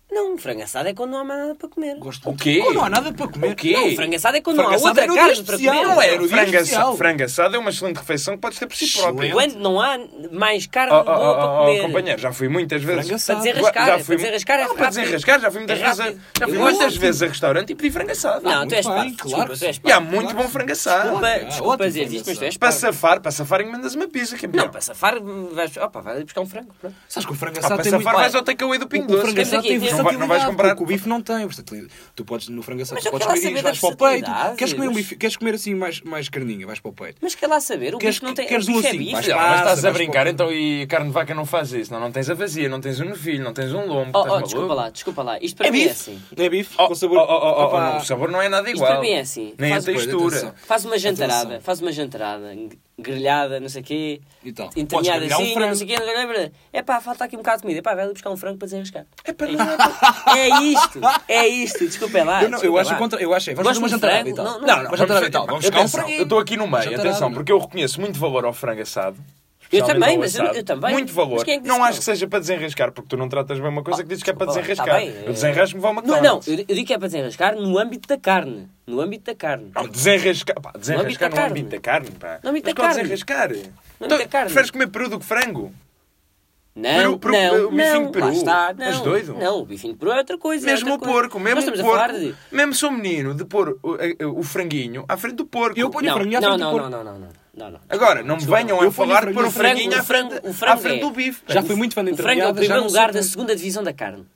S3: Não, frango assado é quando não há mais nada para comer.
S1: Gosto
S4: O
S1: muito.
S4: quê?
S1: Oh, não há nada para comer.
S4: O quê?
S1: Não,
S3: Não, frango assado é quando não há
S1: Frango assado
S3: outra
S1: é no dia
S3: carne para
S1: especial,
S3: comer.
S1: Não é, no dia
S4: frango,
S1: especial.
S4: assa- frango assado é uma excelente refeição que podes ter por si própria.
S1: Excelente.
S3: Quando não há mais
S4: Oh,
S3: carne
S4: oh,
S3: boa para
S4: oh, oh,
S3: comer.
S4: companheiro, já fui muitas vezes.
S1: Frango
S3: Para
S1: assado.
S3: desenrascar,
S4: Já fui
S3: para desenrascar é
S4: Não, para
S3: rápido.
S4: desenrascar, já fui muitas
S3: É
S4: vezes a,
S3: rápido.
S4: já fui
S3: Eu
S4: muitas
S1: gosto.
S4: vezes a restaurante e pedi frango assado.
S3: Não,
S1: Ah, muito
S3: tu és
S1: bem,
S3: parvo.
S1: claro
S3: Desculpa,
S1: que
S3: tu és
S1: sim.
S4: E há
S3: parvo.
S4: muito
S1: Claro.
S4: bom frango assado.
S1: Desculpa,
S3: Desculpa,
S1: Ah,
S3: desculpa
S1: ótimo,
S3: dizer isto, mas tu és
S4: Para
S3: parvo.
S4: safar, para safarem, mandas-me a pizza, é campeão.
S3: Não, para safar, vais, opa, vais buscar um frango. pronto.
S1: Sabes que o frango
S4: Ah,
S1: assado
S4: para
S1: tem
S4: safar,
S1: muito...
S4: vais ao takeaway do Pingo
S1: O
S4: Doce.
S1: frango assado tem
S3: Temos aqui-
S1: versatilidade,
S4: não vais comprar-
S1: porque o bife não tem versatilidade. Tu podes, no frango assado,
S3: Mas
S1: tu
S3: eu
S1: podes
S3: quero
S1: comer
S3: lá
S1: isso,
S3: saber
S1: vais para o
S3: da
S1: peito.
S3: versatilidade.
S1: Queres comer, um bife, queres comer assim mais, mais carninha, vais para o peito.
S3: Mas quer lá saber, o
S1: Queres-
S3: bicho não tem.
S1: queres
S3: o bicho
S1: um assim?
S3: é bife.
S1: Vais
S4: Não,
S1: para-
S4: Ah, mas
S1: Passa,
S4: estás a
S1: vais
S4: brincar,
S1: para o-
S4: então, e carne de vaca não faz isso. Não, não tens a vazia, não tens um novilho, não tens um lombo,
S3: Oh, oh,
S4: estás maluco?
S3: desculpa lá, desculpa lá. Isto para
S1: É
S3: mim é
S1: bife.
S3: assim.
S1: É bife,
S4: Oh,
S1: com sabor...
S4: oh, oh, oh, oh,
S1: Epá,
S4: não, o sabor não é nada
S3: Isto
S4: igual.
S3: para mim é assim.
S4: Nem
S3: Faz-
S4: a
S1: Pois,
S4: textura.
S1: atenção.
S3: Faz uma jantarada,
S1: Atenção.
S3: faz uma jantarada, gr- grelhada, não sei o quê,
S1: E
S4: Então,
S1: tal. Podes
S3: entranhada
S1: grelhar um
S3: assim,
S1: frango.
S3: não sei o quê, lembra? É pá, falta aqui um bocado de comida, é pá, vai ali buscar um frango para desenrascar.
S4: É para
S3: isto, é isto, é isto, desculpa lá.
S1: Eu, não, eu
S3: desculpa
S1: acho
S3: lá.
S1: o contra... Eu acho, é, vamos fazer
S3: Gosto
S1: uma
S3: de um
S1: jantarada
S3: frango,
S1: e
S4: então.
S1: tal.
S3: não, não.
S1: vamos jantarada e
S3: Ah,
S1: tal. Vamos buscar um
S4: atenção,
S1: franguinho.
S4: Eu estou aqui no meio,
S1: Jantarada.
S4: atenção, porque eu reconheço muito valor ao frango assado.
S3: Eu
S4: especialmente
S3: também,
S4: ao
S3: mas eu-
S4: assado.
S3: eu também.
S4: Muito valor.
S3: Mas quem é que
S4: não
S3: disse
S4: acho
S3: não?
S4: que seja para desenrascar, porque tu não tratas bem uma coisa que dizes que é para
S3: Desculpa lá, está
S4: desenrascar.
S3: bem, é-
S4: Eu desenrasco-me, vou ao
S3: Não,
S4: McDonald's.
S3: não, eu, eu digo que é para desenrascar no âmbito da carne. No âmbito da carne.
S4: Não, desenrascar. Pá,
S3: No
S4: desenrascar no
S3: âmbito
S4: âmbito
S3: da
S4: da carne, pá.
S3: No âmbito da
S4: Mas qual
S3: carne.
S4: desenrascar?
S3: âmbito
S4: Então,
S3: da carne.
S4: Preferes comer peru do que frango?
S3: Não,
S4: Peru, peru,
S3: não,
S4: eh, bifinho
S3: não,
S4: de peru.
S3: lá está, não.
S4: És doido?
S3: Não, o bifinho de peru é outra coisa. é
S4: Mesmo o
S3: outra coisa.
S4: porco, mesmo
S3: Nós
S4: o
S3: estamos a
S4: porco.
S3: falar de...
S4: Mesmo sou menino de pôr o, eh, o franguinho à frente do porco.
S1: Eu ponho-
S3: Não,
S4: é
S1: franguinho à
S3: não,
S1: frente do
S3: não,
S1: porco.
S3: não, não, não, não, não.
S4: Agora, não me venham a
S1: Eu ponho
S4: falar de pôr
S1: frango-
S4: o franguinho à
S3: o frango-
S4: frente,
S3: o frango
S4: à frente
S3: é-
S4: do bife.
S1: Já fui muito fã de
S3: O frango é o
S1: entremeada, já
S3: primeiro
S1: não
S3: lugar
S1: sou
S3: da
S1: tanto.
S3: segunda divisão da carne.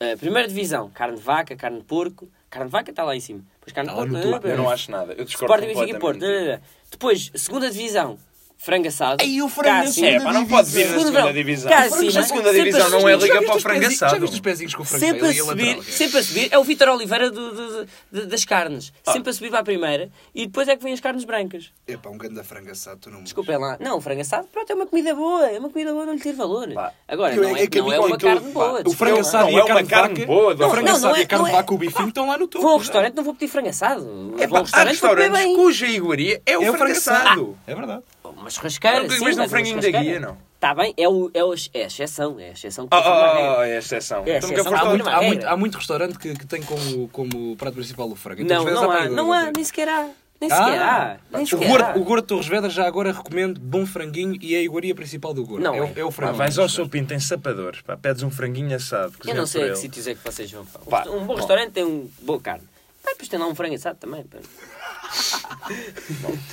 S3: A primeira divisão, carne de vaca, carne de porco. Carne de vaca está lá em cima. Depois carne de
S4: Tá
S1: Está lá no
S3: porco. eh,
S1: topo.
S4: Eu não acho nada. Eu discordo
S3: Sporting, Benfica e Porto. eh,
S4: completamente.
S3: Depois, segunda divisão, frango assado.
S1: Aí o frango
S3: Cá
S1: na
S3: acima.
S4: É,
S1: segunda
S4: pá, não pode vir da
S3: Segunda
S4: segunda
S3: não.
S4: divisão.
S3: Cá
S4: Frango
S3: acima.
S4: da segunda
S3: Sempre
S4: divisão
S3: a
S4: não é
S3: subir.
S4: liga
S1: Já
S4: para o
S1: viste os
S4: frango
S1: pezinhos- Já
S4: assado.
S1: viste os pezinhos com o frango
S3: Sempre a
S1: Ele- ele
S3: subir,
S1: lateral, é.
S3: sempre a subir. É o Vitor Oliveira do- do- do- das carnes.
S4: Ah.
S3: Sempre a subir para a primeira e depois é que vêm as carnes brancas.
S1: É pá, um grande frango assado, tu não me
S3: Desculpem lá. Não, o frango assado, pronto, é uma comida boa. É uma comida boa, não lhe tiro valor.
S4: Pá.
S3: Agora,
S1: Eu-
S3: não é,
S1: é que a
S3: não
S1: mim-
S3: é uma
S1: aquilo- pá,
S3: carne boa.
S1: O frango
S3: desculpem lá.
S1: assado
S4: não
S1: e
S4: é
S1: a
S4: uma
S1: carne,
S4: carne
S1: vaca-
S4: boa, dá
S1: O frango
S3: não,
S1: assado
S3: não
S1: e
S3: é-
S1: a carne
S3: não é-
S1: vaca, o bifinho estão lá no topo.
S3: Vou ao
S1: já.
S3: restaurante, não vou pedir frango assado.
S4: É,
S3: vou
S4: pá,
S3: ao
S4: há
S3: restaurante para comer
S4: restaurantes
S3: bem.
S4: cuja iguaria é
S1: É
S4: o frango assado.
S1: É verdade.
S3: Uma churrasqueira,
S4: Não,
S3: sim,
S4: mas não
S3: uma
S4: franguinho da
S3: churrasqueira.
S4: guia, não.
S3: Tá bem, é, o, é, o, é a exceção. É a exceção que
S4: Oh,
S3: confirma a
S4: oh,
S3: regra.
S4: oh, é exceção.
S3: É
S4: Tu
S3: exceção.
S4: nunca
S3: Há
S4: foste
S3: muito-
S4: ao-
S1: Há
S3: Era.
S1: muito, há muito restaurante que, que tem como, como prato principal o frango. Então,
S3: Não,
S1: às vezes
S3: não
S1: há
S3: há,
S1: para-
S3: não há, nem sequer há. Nem
S1: Ah,
S3: sequer há. Nem
S1: O
S3: sequer há.
S1: gordo, o gordo Torres Vedras já agora recomendo bom franguinho e é a iguaria principal do gordo.
S3: Não
S1: é,
S3: é.
S1: o, é o
S4: Pá,
S1: frango.
S4: Ah, vais ao seu pinto em sapadores, pá, pedes um franguinho assado.
S3: Eu
S4: cozinhado
S3: não sei
S4: por
S3: a que
S4: ele.
S1: tipo
S3: sítios é que vocês vão. pá. Um
S4: Pá,
S3: resta- um bom
S4: bom.
S3: restaurante tem um boa carne. Ah, depois tem lá um frango assado também. pá.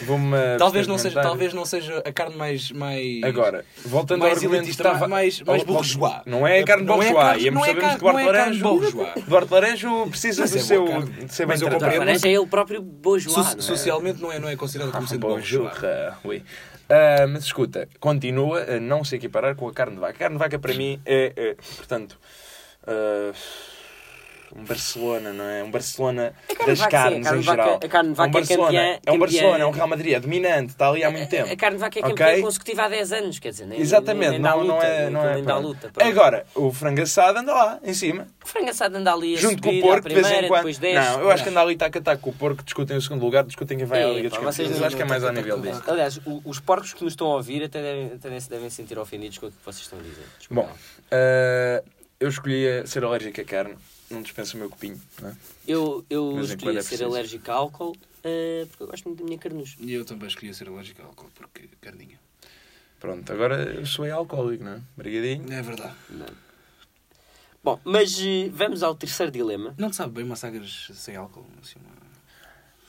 S4: Vou-me, uh,
S1: Talvez não, seja,
S4: experimentar.
S1: talvez não seja a carne mais. mais...
S4: Agora, voltando
S1: Mais
S4: ao argumento
S1: elitista,
S4: estava-
S1: mais- mais
S4: Oh,
S1: bourgeois.
S4: Não é a carne
S1: Não é
S4: bourgeois.
S1: carne-
S4: Íamos
S1: não é
S4: sabemos
S1: carne-
S4: que Duarte
S1: não é carne
S4: Laranjo...
S1: bourgeois.
S4: Duarte Laranjo precisa
S1: Mas
S4: do
S1: é boa
S4: seu...
S1: carne.
S4: de ser bem
S1: Mas eu compreendo.
S3: O
S4: tratado.
S3: laranja é o próprio bourgeois.
S1: So-
S3: não é?
S1: socialmente não é, não é
S4: Ah,
S1: considerado como sendo bom.
S4: Bonjour.
S1: churrasco.
S4: Oui. Ah, mas escuta, continua a não se equiparar com a carne de vaca. A carne de vaca para mim é, é, portanto, ah, um Barcelona, não é? Um Barcelona
S3: A carne
S4: das
S3: de vaca, sim, a
S4: carnes
S3: carne
S4: em
S3: de vaca-
S4: geral.
S3: a carne de vaca
S4: é um
S3: é
S4: Barcelona,
S3: campeã-
S4: é um Barcelona,
S3: campeã-
S4: é um Real Madrid, é dominante, está ali há muito tempo.
S3: A carne de vaca é
S4: Ok?
S3: campeã consecutiva há 10 anos, quer dizer, nem,
S4: Exatamente,
S3: nem, nem dá
S4: não,
S3: luta,
S4: não é.
S3: nem-
S4: Não é
S3: nem dá
S4: pronto.
S3: luta. pronto.
S4: Agora, o frango assado anda lá, em cima.
S3: O frango assado anda ali a
S4: Junto com o
S3: subir à
S4: porco, de vez em
S3: primeira,
S4: quando.
S3: depois desce.
S4: Não, eu acho que anda ali taca taca com o porco, discutem o segundo lugar, discutem quem vai à
S3: É,
S4: Liga dos
S3: pá, vocês
S4: Campeões. Eu
S3: não-
S4: acho que é mais ao nível disso.
S3: Aliás, o- os porcos que nos estão a ouvir até, devem, até se devem sentir ofendidos com o que vocês estão a dizer. Desculpa.
S4: Bom, eh, eu escolhi a ser alérgico à carne. Não dispenso o meu copinho, não é?
S3: eu, eu
S4: mas em
S3: escolhi
S4: quando é
S3: ser
S4: preciso.
S3: alérgico a álcool eh, porque eu gosto muito da minha carnucha.
S1: E eu também escolhi ser alérgico ao álcool, porque carninha.
S4: Pronto, agora eu sou alcoólico, não é? Obrigadinho.
S1: É verdade.
S3: Bom, mas eh, vamos ao terceiro dilema.
S1: Não te sabe bem massagres sem álcool. Assim, uma...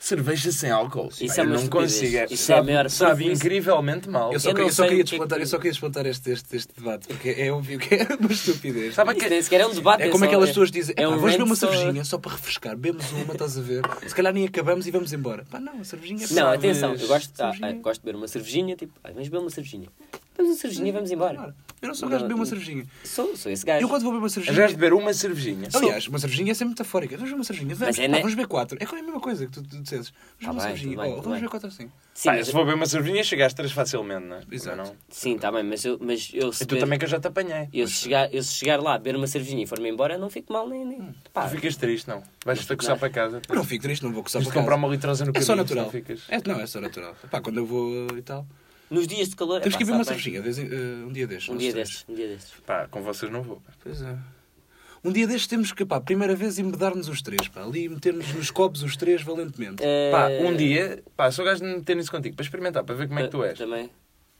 S4: Cerveja sem álcool.
S3: Isso
S4: Pá,
S3: é
S4: eu
S3: uma
S4: não
S3: estupidez.
S4: consigo.
S3: Isso é
S4: sabe,
S3: a maior
S4: sabe
S3: estupidez.
S4: incrivelmente mal.
S1: Eu só,
S3: Eu não
S1: queria- eu só queria
S3: sei o que é que-
S1: desplantar, eu só queria desplantar este, este, este debate, porque é óbvio que é uma estupidez.
S4: Sabe
S3: Isto
S4: que-
S3: nem sequer é um debate.
S1: É como
S3: só-
S1: aquelas pessoas dizem, é
S3: um
S1: vamos beber
S3: rant
S1: uma
S3: só-
S1: cervejinha só para refrescar, bebemos uma, estás a ver? Se calhar nem acabamos e vamos embora. Pá, não, a cervejinha é
S3: Não,
S1: para-
S3: atenção, eu gosto, ah, ah,
S1: Cervejinha. é
S3: gosto de beber uma cervejinha, tipo, ah, vamos beber uma cervejinha. Vamos uma cervejinha e vamos embora.
S1: Claro. Eu não sou o gajo de beber uma cervejinha.
S3: Sou, sou esse gajo.
S1: Eu quando vou beber uma
S4: És gajo de
S1: cervejinha.
S4: beber uma cervejinha.
S1: Aliás, uma cervejinha é sempre metafórica. Vamos beber uma cervejinha. Vamos,
S3: Mas é
S1: pá,
S3: ne-
S1: vamos beber quatro. É a mesma coisa que tu, tu dissesses. Vamos beber
S3: Tá
S1: uma
S3: bem,
S1: cervejinha.
S3: tudo bem,
S1: Oh,
S3: tudo
S1: vamos
S3: bem.
S1: beber quatro assim.
S3: Sim,
S4: Pá,
S3: mas-
S4: se vou beber uma cervejinha, chegaste três facilmente, não é?
S1: Exato.
S4: Não.
S3: Sim, tá bem, mas eu, mas eu se
S4: E tu
S3: beber-
S4: Então também que eu já te apanhei.
S3: eu se chegar, eu se chegar lá, beber uma cervejinha e for-me embora, não fico mal nem. nem. Pá,
S4: Tu ficas triste, não? Vais-te acusar para casa.
S1: Eu não fico triste, não vou coçar
S4: Tens de
S1: para
S4: comprar
S1: casa.
S4: uma litrosa no
S1: É só
S4: caminho,
S1: natural.
S4: não ficas.
S1: É, não, é só natural. Pá, quando eu vou e tal.
S3: nos dias de calor.
S1: Temos
S3: epá,
S1: que ir beber uma
S3: É sabe bem.
S1: cervejinha. de vez em- eh, Um dia destes.
S3: Um
S1: nós
S3: dia
S1: três.
S3: destes, um dia destes.
S4: Pá, com vocês não vou. pá.
S1: Pois é. Um dia destes temos que, pá, primeira vez embedar-nos os três, pá. Ali metermos nos copos os três valentemente.
S4: Pá,
S3: Eh,
S4: um dia, pá, sou gajo de me meter nisso contigo, para experimentar, para ver como é que tu és.
S3: Também.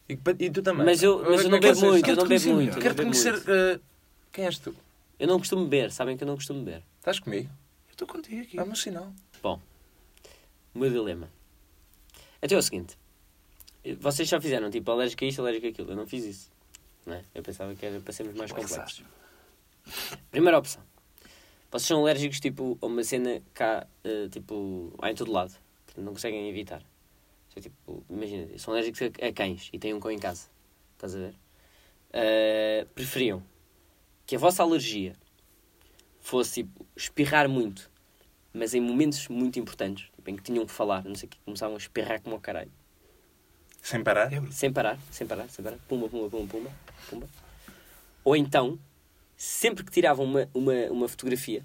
S4: E, que pa- e tu também.
S3: Mas eu-
S4: Para ver
S3: mas eu
S4: como
S3: não
S4: é que
S3: bebo
S4: vocês
S3: muito, eu
S4: são.
S3: não bebo
S1: conhecer
S3: muito. eu
S4: Quero
S3: não bebo
S4: conhecer.
S3: muito.
S4: eh, quem és tu?
S3: Eu não costumo beber, sabem que eu não costumo beber.
S4: Estás comigo?
S1: Eu estou contigo aqui.
S4: Dá-me um sinal.
S3: Bom, o meu dilema. Então é o seguinte: vocês já fizeram tipo alérgico a isto, alérgico a aquilo. Eu não fiz isso. Não é? Eu pensava que era para sermos mais
S4: é.
S3: complexos. Primeira opção. Vocês são alérgicos tipo a uma cena cá, eh, tipo, há em todo lado. Portanto, não conseguem evitar. Isso é tipo, imagina, são alérgicos a, a cães e têm um cão em casa. Estás a ver? Eh, preferiam que a vossa alergia fosse tipo, espirrar muito, mas em momentos muito importantes, tipo, em que tinham que falar, não sei o que, começavam a espirrar como o caralho.
S4: Sem parar?
S1: É, Bruno.
S3: Sem parar, sem parar, sem parar. Pumba, pumba, pumba, pumba. pumba. Ou então, sempre que tiravam uma, uma, uma fotografia,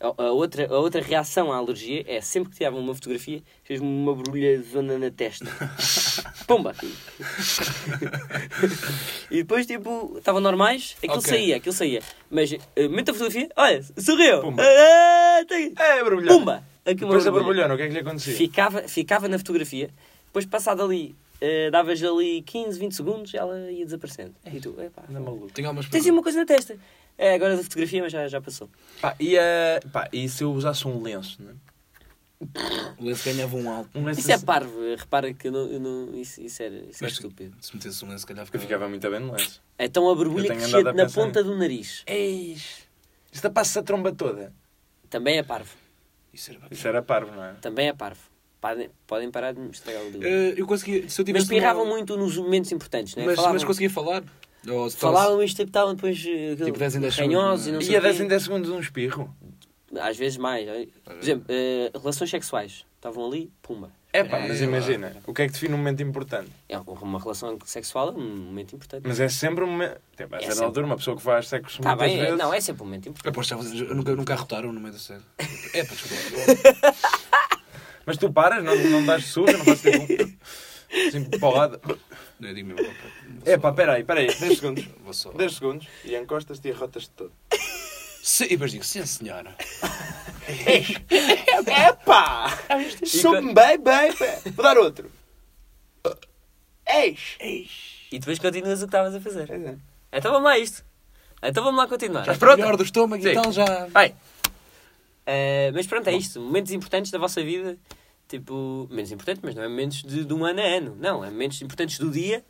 S3: a, a outra, a outra reação à alergia é sempre que tiravam uma fotografia, fez uma borbulha de zona na testa. Pumba! e depois, tipo, estavam normais, aquilo
S1: Ok.
S3: saía, aquilo saía. Mas, eh, mete a fotografia, olha, sorriu!
S4: Pumba.
S3: Ah, tem-
S4: É, borbulhão.
S3: Pumba! Aqui uma
S4: Depois a
S3: borbulha
S4: borbulhona, o que é que lhe acontecia?
S3: ficava, ficava na fotografia, depois passado ali, eh, davas ali 15, 20 segundos, ela ia desaparecendo. E tu, epá,
S4: Anda maluco.
S1: Tenho algumas
S3: tens aí uma coisa na testa. É, agora da fotografia, mas já, já passou.
S4: Pá, e, eh, pá, e se eu usasse um lenço, né?
S1: O lenço ganhava um alto.
S4: Um lenço
S3: Isso é
S4: assim-
S3: parvo, eh, repara que eu não, eu não- isso, isso era, isso era
S1: Mas
S3: estúpido.
S1: se metesse um lenço, se calhar
S4: Eu
S1: ficava...
S4: ficava muito bem no lenço.
S3: Então a
S4: Eu
S3: borbulha
S4: tenho
S3: que
S4: andado
S3: chega
S4: a
S3: na
S4: pensar
S3: ponta do nariz
S4: Eis! Isto passa a tromba toda.
S3: também é parvo.
S1: Isso era bacana.
S4: Isso era parvo, não é?
S3: Também é parvo. Parem- Podem parar de me estragar o dilema.
S1: Eh, eu conseguia... Se eu
S3: Mas
S1: tivesse
S3: espirravam
S1: uma-
S3: muito nos momentos importantes, não é?
S1: Mas,
S3: falavam,
S1: mas conseguia falar. Ou se
S3: falavam isto e estavam depois eh,
S1: Tipo, 10 em 10
S3: ranhosos e não
S1: segundos,
S3: sei o
S4: E a
S3: quê.
S4: 10 em 10 segundos um espirro.
S3: Às vezes mais. Por exemplo, eh, relações sexuais. Estavam ali, pumba.
S4: É pá, mas
S1: É,
S4: imagina, o que é que define um momento importante?
S3: É uma relação sexual é um momento importante.
S4: Mas é sempre um momento. Até pá, a certa
S3: É sempre.
S4: altura, uma pessoa que faz sexo
S3: Tá
S4: muitas
S3: bem, é-
S4: vezes.
S3: não, é sempre um momento importante.
S1: Aposto que vocês nunca, nunca arrotaram no meio da cena. É, pá, desculpa.
S4: Mas tu paras, não, não dás suja, não fazes tipo. um- Assim, porrada.
S1: Não, eu digo mesmo. ó, pá, vou
S4: É
S1: só-
S4: pá, peraí, peraí, 10 segundos.
S1: Vou só...
S4: 10 segundos e encostas-te e arrotas-te todo.
S1: Se- E depois digo, sim senhora.
S4: É pá! Sou-me bem, bem, bem. Vou dar outro. Eis!
S3: E depois continuas o que estavas a fazer.
S4: Pois é.
S3: Então vamos lá a isto. Então vamos lá continuar.
S4: Estás pronto?
S1: Melhor do estômago
S4: Sim.
S1: e tal, já...
S4: Vai!
S3: Eh, mas pronto, é isto. Momentos importantes da vossa vida. Tipo, menos importantes, mas não é momentos de, de um ano a ano. Não, é momentos importantes do dia.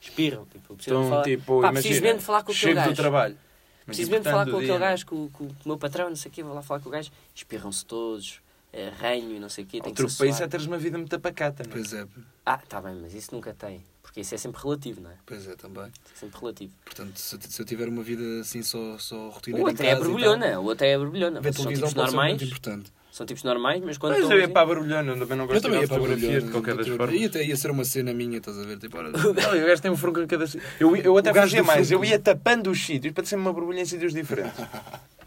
S3: Espirram. Tipo, preciso de
S4: Então,
S3: falar.
S4: tipo,
S3: Pá, preciso
S4: imagina.
S3: mesmo de falar com aquele
S4: chego
S3: gajo.
S4: do trabalho.
S3: Preciso mesmo de falar com aquele
S1: é.
S3: gajo,
S4: gajo.
S3: com, com o meu patrão, não sei o quê. Vou lá falar com o gajo. Espirram-se todos. eh, Ranho e não sei o quê. Tem que
S4: Outro
S3: ser
S4: país é
S3: suave.
S4: teres uma vida muito pacata, não é?
S1: Pois é,
S3: Ah, tá bem, mas isso nunca tem. Porque isso é sempre relativo, não é?
S1: pois é, também.
S3: É sempre relativo.
S1: Portanto, se, eu- se eu tiver uma vida assim só, só rotineira
S3: O
S1: em
S3: outro é
S1: casa e
S3: borbulhona, o outro é borbulhona.
S1: tal, Ver
S3: São tipos
S1: televisão pode ser muito
S3: normais,
S1: importante. é,
S3: são tipos normais, mas quando
S4: Mas
S3: estão
S4: eu ia
S3: assim-
S4: para a barulhona, eu também não
S1: Eu
S4: gosto de
S1: também
S4: tirar
S1: ia para a
S4: fotografias de
S1: borbulhona.
S4: qualquer das
S1: doutor.
S4: formas.
S1: Ia, até- ia ser uma cena minha, estás a ver? Tipo, ora,
S4: Não, e o gajo tem um furgão em cada sítio. Eu, eu até
S1: O gajo
S4: fazia
S1: do
S4: é mais, eu
S1: furgão.
S4: ia tapando os sítios para ter sempre uma borbulha em sítios diferentes.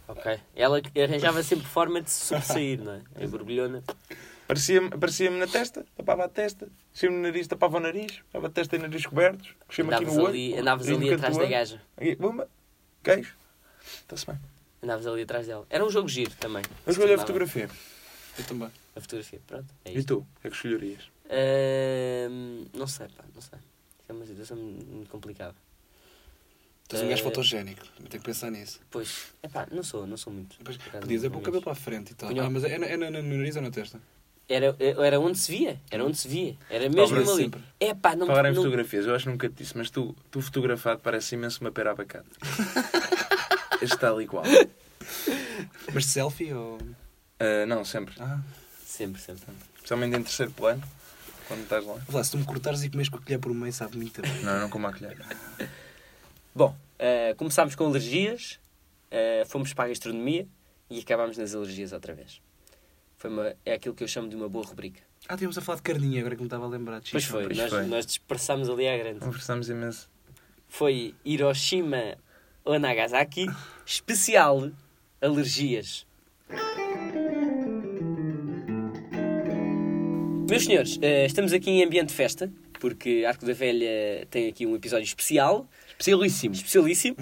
S3: Ok. Ela que arranjava sempre forma de se sobressair, não é? A borbulhona.
S4: Parecia-me parecia na testa, tapava a testa, descia-me no nariz, tapava o nariz, tapava a testa e nariz cobertos, mexia-me aqui
S3: Andavas
S4: no olho.
S3: ali, andavas ali
S4: no
S3: atrás
S4: canto
S3: da
S4: do olho.
S3: gaja.
S4: Aqui, bumba, queijo. Está-se bem.
S3: Andavas ali atrás dela. Era um jogo giro também.
S4: Eu escolho a
S3: Andava-
S4: fotografia.
S1: eu também.
S3: A fotografia, pronto. É
S4: E
S3: isto.
S4: tu? O que é que escolherias?
S3: Ahm, não sei, pá, não sei. Isso é uma situação muito complicada.
S1: Tens um gajo
S3: Eh,
S1: fotogénico, tenho que pensar nisso.
S3: Pois, é pá, não sou, não sou muito.
S1: Depois,
S3: Por acaso,
S1: podias é
S3: não-
S1: pôr o
S3: não
S1: cabelo
S3: gosto.
S1: para a frente e tal.
S3: Punhal.
S1: Ah, mas é, na- é, na- na- no nariz ou na testa?
S3: Era, era onde se via, era onde se via. Era mesmo
S4: Talvez
S3: ali.
S1: sempre.
S3: É pá, não
S4: Falar em
S3: não-
S4: fotografias, eu acho que nunca te disse, mas tu, tu fotografado parece imenso uma pera abacate. Este está ali igual.
S1: Mas selfie ou.
S4: Ah, não, sempre.
S1: Ah,
S3: Sempre, sempre.
S4: Especialmente em terceiro plano. quando estás lá.
S1: Vá, se tu me cortares e comes com a colher por meio, sabe muito bem.
S4: Não, eu não como a colher.
S3: Bom, eh, começámos com alergias, eh, fomos para a gastronomia e acabámos nas alergias outra vez. Foi uma, é aquilo que eu chamo de uma boa rubrica.
S1: Ah, tínhamos a falar de carninha, agora que me estava a lembrar. de
S3: Pois
S1: Chico.
S3: foi,
S4: pois
S3: nós,
S4: foi.
S3: nós dispersámos ali à grande.
S4: Conversamos imenso.
S3: Foi Hiroshima ou Nagasaki, especial alergias. Meus senhores, eh, estamos aqui em ambiente de festa, porque Arco da Velha tem aqui um episódio especial.
S4: Especialíssimo.
S3: especialíssimo.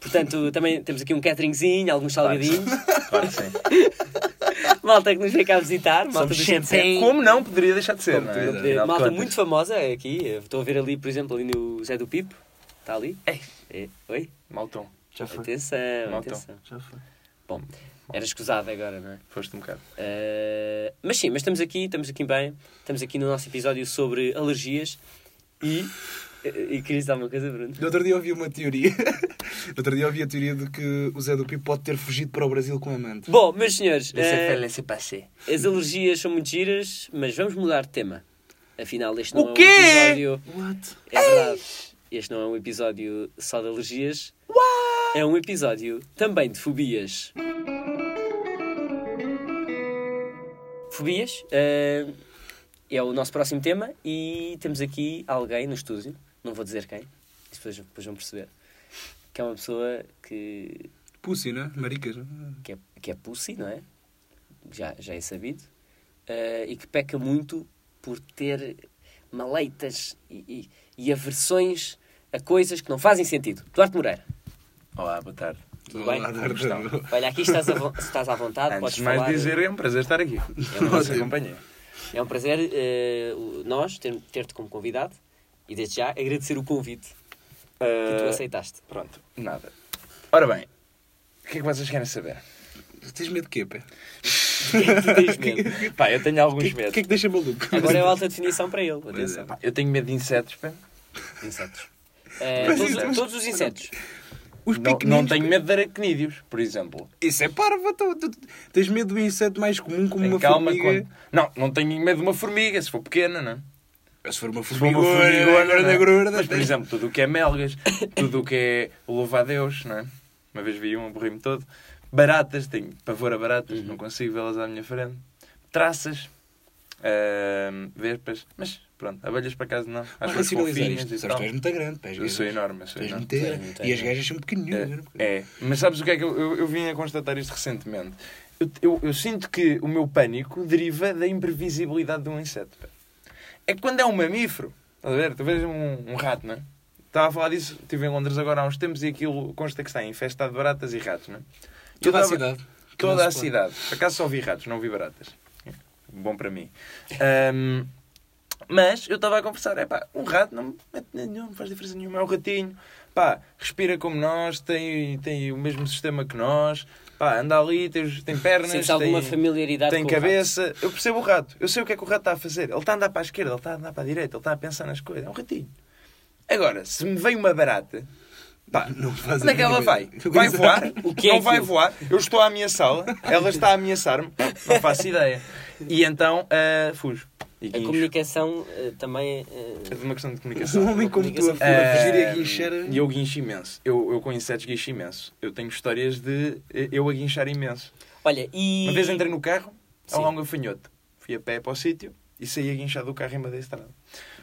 S3: Portanto, também temos aqui um cateringzinho, alguns salgadinhos.
S4: Claro que sim.
S3: Malta que nos vem cá visitar. Malta
S1: Somos
S3: do
S1: gente
S3: champanhe.
S4: Como não poderia deixar de ser,
S3: Como
S4: não
S3: tudo. eh,
S4: é? Afinal de
S3: Malta
S4: contas.
S3: muito famosa é aqui. Eu Estou a ver ali, por exemplo, ali no Zé do Pipo. Está ali.
S4: Ei.
S3: É. Oi?
S4: Maltão.
S1: Já foi.
S3: Atenção,
S4: Malta.
S3: atenção.
S1: Já foi.
S3: Bom, era escusado agora, não é?
S4: Foste um bocado.
S3: Uh, mas sim, mas estamos aqui, estamos aqui bem. Estamos aqui no nosso episódio sobre alergias. E... E querias dar uma coisa, Bruno?
S1: No outro dia ouvi uma teoria. No outro dia ouvi a teoria de que o Zé do Pipo pode ter fugido para o Brasil com a amante.
S3: Bom, meus senhores... eh,
S4: se passé.
S3: As alergias são muito giras, mas vamos mudar de tema. Afinal, este não
S4: O
S3: é
S4: quê?
S3: um episódio.
S1: What?
S3: É verdade. Este não é um episódio só de alergias. É um episódio também de fobias. Fobias eh, é o nosso próximo tema e temos aqui alguém no estúdio, não vou dizer quem, isso depois, depois vão perceber, que é uma pessoa que,
S1: Pussy, né? Maricas. né?
S3: que, é, que é pussy, não é? Já, já é sabido. Eh, e que peca muito por ter maleitas e, e, e aversões a coisas que não fazem sentido. Duarte Moreira,
S4: Olá, boa tarde.
S3: tudo
S1: Olá,
S3: bem?
S1: Duarte.
S3: Como estão? Olha, aqui estás, a vo- estás à vontade,
S4: Antes
S3: podes
S4: de mais
S3: falar. eh,
S4: dizer, é um prazer estar aqui. Na vossa companhia.
S3: É um prazer eh, o- nós ter- ter-te como convidado e desde já agradecer o convite que tu
S4: Eh,
S3: aceitaste.
S4: Pronto, nada. Ora bem, o que é que vocês querem saber?
S1: Tens medo de quê, pé?
S3: Tu tens medo.
S4: Pá, eu tenho
S1: O que,
S4: alguns
S1: o
S4: medos.
S1: que é que deixa maluco?
S3: Agora é a alta definição para ele. Atenção.
S4: Pá, eu tenho medo de insetos, pá.
S3: é. Insetos. Eh,
S1: Mas
S3: todos,
S1: isso-
S3: todos os insetos.
S1: Os
S4: Não,
S1: pequeninos.
S4: não tenho medo de aracnídeos, por exemplo.
S1: Isso é parvo. então, tu- Tens medo do inseto mais comum como
S4: Tenho
S1: uma
S4: calma
S1: formiga.
S4: quando- Não, não tenho medo de uma formiga, se for pequena, não é?
S1: Se for uma
S4: Se for uma
S1: formiga,
S4: formiga, não
S1: gorda,
S4: é?
S1: gorda.
S4: Mas, por exemplo, tudo o que é melgas, tudo o que é louva-a-Deus, não é? Uma vez vi uma, borri-me todo. Baratas, tenho pavor a baratas, não consigo vê-las à minha frente. Traças, ahm, vespas, mas pronto, abelhas para casa não. Às
S1: Mas assim
S4: vezes
S1: racionalizar
S4: fofinhas
S1: isto.
S4: e
S1: Sabes que
S4: tal.
S1: tu és muito grande, pá, és
S4: Eu sou
S1: gajo.
S4: enorme, eu sou
S1: Tu és
S4: enorme.
S1: muito grande.
S3: muito
S1: E
S3: grande.
S1: as gajas são pequenininhas. não
S4: É, é. mas sabes o que é que eu, eu, eu vim a constatar isto recentemente? Eu, eu, eu sinto que o meu pânico deriva da imprevisibilidade de um inseto. pá. É que quando é um mamífero, estás a ver? Tu vês um, um rato, não é? Estava a falar disso, estive em Londres agora há uns tempos e aquilo consta que está infestado de baratas e ratos, não é? E eu
S1: Toda a
S4: estava-
S1: cidade.
S4: Toda
S1: Não
S4: a
S1: se pode.
S4: cidade. Por acaso só vi ratos, não vi baratas. É, Bom para mim. Ahm, mas eu estava a conversar, é pá, um rato não, me mete nenhum, não faz diferença nenhuma, é um ratinho. Pá, respira como nós, tem, tem o mesmo sistema que nós. Pá, anda ali, tem, os- tem pernas,
S3: Sentes
S4: tem,
S3: alguma familiaridade
S4: tem
S3: com o
S4: cabeça. Eu percebo o rato. Eu sei o que é que o rato está a fazer. Ele está a andar para a esquerda, ele está a andar para a direita, ele está a pensar nas coisas. É um ratinho. Agora, se me vem uma barata, pá,
S1: Não faz
S4: onde é
S1: a
S4: que ela
S1: mínima
S4: vai?
S1: ideia.
S4: Vai voar?
S3: O que é
S4: não vai
S3: aquilo?
S4: voar? Eu estou a ameaçá-la, ela está a ameaçar-me, não faço ideia. E então, ah, fujo. E
S3: A
S4: guincho.
S3: comunicação eh, também. eh,
S4: É de uma questão de comunicação.
S1: Um homem como tu a
S4: Ah,
S1: fugir e a guinchar.
S4: E eu guincho imenso. Eu, eu com insetos guincho imenso. Eu tenho histórias de eh, eu a guinchar imenso.
S3: Olha, e.
S4: Uma vez entrei no carro, ao
S3: Sim.
S4: longo gafanhoto. Fui a pé para o sítio e saí a guinchar do carro em meio da estrada.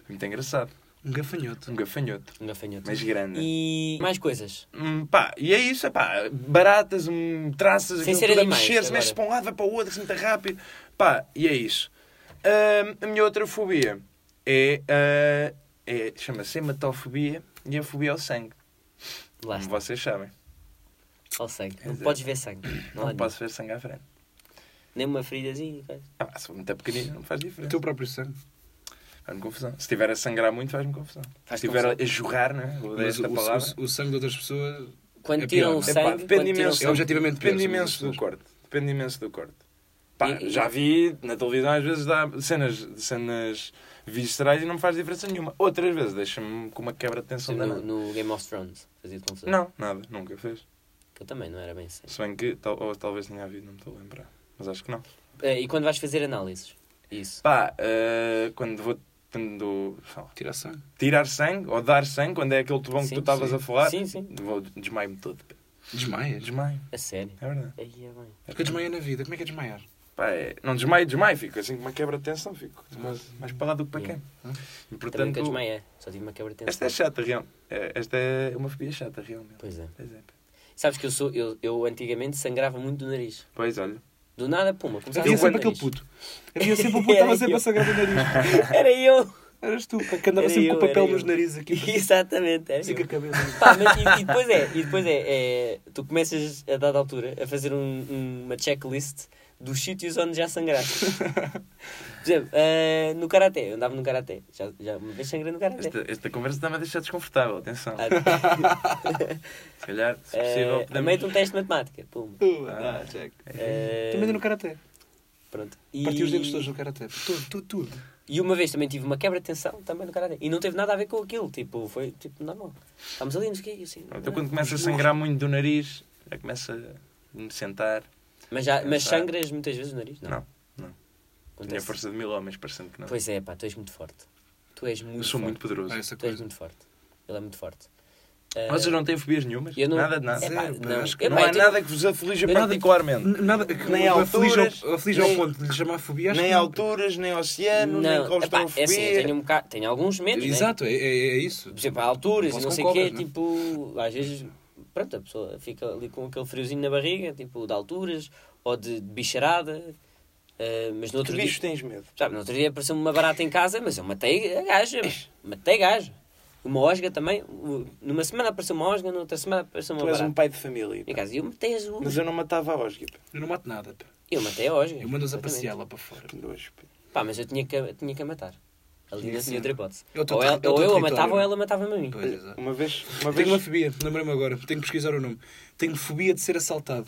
S4: Muito engraçado.
S1: Um gafanhoto.
S4: Um gafanhoto.
S3: Um gafanhoto.
S4: Mas grande.
S3: E mais coisas.
S4: Hum, pá, e é isso, é pá, baratas, hum, traças,
S3: Sem
S4: aquilo
S3: ser
S4: tudo a
S3: animais,
S4: mexer-se,
S3: agora.
S4: mexe-se para um lado, vai para o outro, assim, muito rápido. Pá, e é isso. Hum, a minha outra fobia é, ah, é chama-se hematofobia e a fobia ao sangue,
S3: Lá
S4: como
S3: está.
S4: vocês sabem.
S3: Ao sangue. Não
S4: Exato.
S3: podes ver sangue. Não,
S4: Não,
S3: há
S4: posso ver sangue à frente.
S3: Nem uma feridazinha. coisa.
S4: Ah, pá, se for muito pequenino, não faz
S1: O
S4: diferença.
S1: teu próprio sangue.
S4: Faz-me confusão. Se estiver a sangrar muito, faz-me confusão.
S3: Faz
S4: se estiver
S3: confusão.
S4: a jorrar, não é? Vou dar
S1: Mas o,
S4: esta palavra.
S1: o- o sangue de outras pessoas.
S3: Quando
S1: É
S3: tiram
S1: pior,
S3: o
S1: não é?
S3: sangue.
S4: Epá,
S3: quando tiram
S4: depende
S3: o
S4: imenso.
S1: É
S3: sangue-
S1: objetivamente pior,
S4: Depende
S1: são
S4: imenso do
S1: muitas
S4: corte. Depende imenso do corte. Pá,
S3: E- e-
S4: já vi na televisão às vezes dá cenas, cenas viscerais e não faz diferença nenhuma. Outras vezes deixa-me com uma quebra de tensão
S3: no,
S4: danada.
S3: no Game of Thrones. Fazia confusão.
S4: Não, nada, nunca fez.
S3: Que eu também não era bem assim.
S4: Se bem que tal, ou talvez tenha havido, não me estou a lembrar. Mas acho que não.
S3: Eh, e quando vais fazer análises? Isso.
S4: Pá, eh, quando vou Quando dou, sei lá,
S1: Tira sangue.
S4: tirar sangue ou dar sangue, quando é aquele tubão que
S3: Sim,
S4: tu estavas
S3: sim.
S4: a falar,
S3: Sim, sim.
S4: vou desmaio-me todo.
S1: Desmaia.
S4: Desmaio,
S3: A sério.
S4: é verdade.
S3: Aí é bem.
S1: Porque eu desmaia na vida. Como é que é desmaiar?
S4: Pá, é- não desmaio, desmaio, fico assim com uma quebra de tensão, fico mais, mais para lá do que para cá.
S3: Yeah.
S4: E
S3: Também
S4: portanto,
S3: nunca desmaiei. Só tive uma quebra de tensão.
S4: esta é chata, realmente. Esta é uma fobia chata, realmente.
S3: Pois é.
S4: Pois é.
S3: Sabes que eu sou. Eu, eu antigamente sangrava muito do nariz.
S4: Pois, olha.
S3: Do nada, puma. Começava
S1: Havia
S3: a sangrar
S1: sempre
S3: o
S1: aquele
S3: nariz.
S1: puto. Havia sempre o puto que estava sempre a sangrar do nariz.
S3: Era eu.
S1: Eras tu, pá, que andava
S3: Era
S1: sempre
S3: eu,
S1: com o papel
S3: era
S1: nos
S3: eu.
S1: narizes aqui.
S3: Exatamente. Era
S1: Assim
S3: eu. Ah,
S1: com a cabeça.
S3: Pá, mas e, e depois é, e depois é, é, tu começas a dada altura a fazer um- um- uma checklist dos sítios onde já sangraste. Por exemplo, ah, no karaté, eu andava no karaté, já, já uma vez sangrei no karaté.
S4: Esta, esta conversa está-me a deixar desconfortável, atenção.
S3: É. Ah,
S4: Se calhar, se possível,
S3: ah, a
S4: podemos-
S3: meio de um teste de matemática, pum.
S1: Tu,
S4: Ah,
S1: ah, Jack.
S3: Ah,
S1: Também deu no Karaté.
S3: pronto.
S1: Partiu os dentes todos no Karaté. Tudo, tudo, tudo.
S3: E uma vez também tive uma quebra de tensão também no karaté. E não teve nada a ver com aquilo, tipo, foi tipo normal. Estamos ali, não sei o quê, e assim.
S4: Então, quando começa a sangrar muito do nariz, já começa a me sentar.
S3: Mas, já, mas sangras muitas vezes o nariz? Não.
S4: Ah. Não, não. Tinha
S3: Acontece.
S4: força de mil homens, parecendo que não.
S3: Pois é, pá, tu és muito forte. Tu és muito
S4: Eu sou
S3: forte.
S4: muito poderoso.
S1: Ah, essa
S3: Tu és
S1: coisa.
S3: muito forte. Ele é muito forte. Eh,
S4: Vocês não têm fobias nenhumas?
S3: eu não-
S4: Nada de nada.
S3: É pá,
S1: Zero, pá,
S3: não.
S1: acho
S4: Não
S3: É pá,
S4: há
S3: eu tenho-
S4: nada que vos aflija
S3: eu não-
S4: particularmente.
S1: Nada que
S4: Nem
S1: aflige,
S4: alturas,
S1: ao, aflige ao
S4: nem-
S1: ponto de lhe chamar fobia. acho
S4: Nem
S1: que não.
S4: alturas, nem oceano, nem
S3: Não, é pá, é
S4: claustrofobia.
S3: assim, eu tenho, um bocado, tenho alguns medos, né?
S1: Exato, é, é- é isso.
S3: Por exemplo, há alturas
S1: Não
S3: e
S1: posso
S3: não
S1: com
S3: sei o quê,
S1: cobras, né?
S3: tipo, às vezes, pronto, a pessoa fica ali com aquele friozinho na barriga, tipo, de alturas, ou de, de bicharada, eh, mas no
S4: Que
S3: outro
S4: bicho
S3: dia,
S4: tens medo?
S3: sabe, no outro dia apareceu-me uma barata em casa, mas eu matei a gaja, matei a gaja. Uma osga também, u- numa semana apareceu uma osga, na outra semana apareceu uma
S4: Tu és
S3: barata. assim.
S4: um pai de família.
S3: Em casa, e eu matei as duas.
S4: Mas eu não matava a Osgip.
S1: Eu não mato nada. pá.
S3: Eu matei a osga.
S1: Eu mando-os a
S3: exatamente.
S1: passear lá para fora.
S4: Que nojo, pá.
S3: Pá, mas eu tinha que, eu tinha que a matar. Ali não
S1: Sim.
S3: tinha outra hipótese.
S1: É o teu
S3: ou
S1: terri-
S3: ela-
S1: é o
S3: ou
S1: teu
S3: eu a
S1: território.
S3: matava ou ela matava-me a mim.
S1: Pois, exato.
S4: Eh, Uma vez, uma
S1: Tenho
S4: vez
S1: uma fobia, lembrei-me agora. Tenho que pesquisar o nome. Tenho fobia de ser assaltado.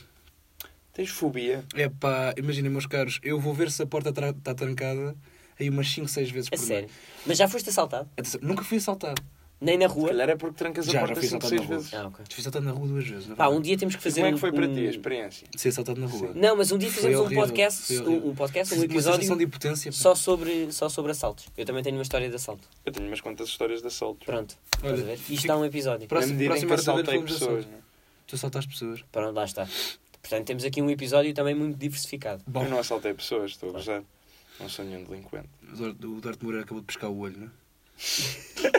S4: tens fobia.
S1: É pá, imaginem, meus caros, eu vou ver se a porta está trancada aí umas 5, 6 vezes
S3: A
S1: por
S3: sério.
S1: noite.
S3: Mas já foste assaltado?
S1: Atenção, Nunca fui assaltado.
S3: Nem na
S4: Se
S3: rua?
S4: calhar é porque trancas
S1: Já,
S4: a
S1: já
S4: porta
S1: fui
S4: 5,
S1: assaltado
S4: 6
S1: na rua.
S4: vezes.
S3: Ah, ok.
S1: Fui assaltado na rua duas vezes. na
S3: Pá,
S1: verdade.
S3: um dia temos que
S4: E
S3: fazer
S4: como é
S3: um-
S4: que foi para
S3: um-
S4: ti a experiência?
S1: Ser assaltado na rua.
S3: Não, mas um dia
S1: Foi
S3: fizemos um
S1: horrível,
S3: podcast,
S1: foi horrível.
S3: um, um podcast, um
S1: Uma sensação de
S3: episódio
S1: impotência. pá.
S3: só sobre, só sobre assaltos. Eu também tenho uma história de assalto.
S4: Eu tenho umas quantas histórias de assaltos.
S3: Pronto.
S1: Olha,
S3: Estás a ver? Isto
S1: fica-
S3: dá um episódio.
S1: Próximo-
S4: Na medida em que
S1: próximo episódio
S4: assaltei
S1: falamos de
S4: pessoas.
S1: assaltos.
S4: né?
S1: Tu assaltaste pessoas.
S3: Pronto, lá está. Portanto, temos aqui um episódio também muito diversificado.
S1: Bom,
S4: Eu não assaltei pessoas, estou a gozar. Não sou nenhum delinquente.
S1: mas olha, o Duarte Moura acabou de pescar o olho, não é?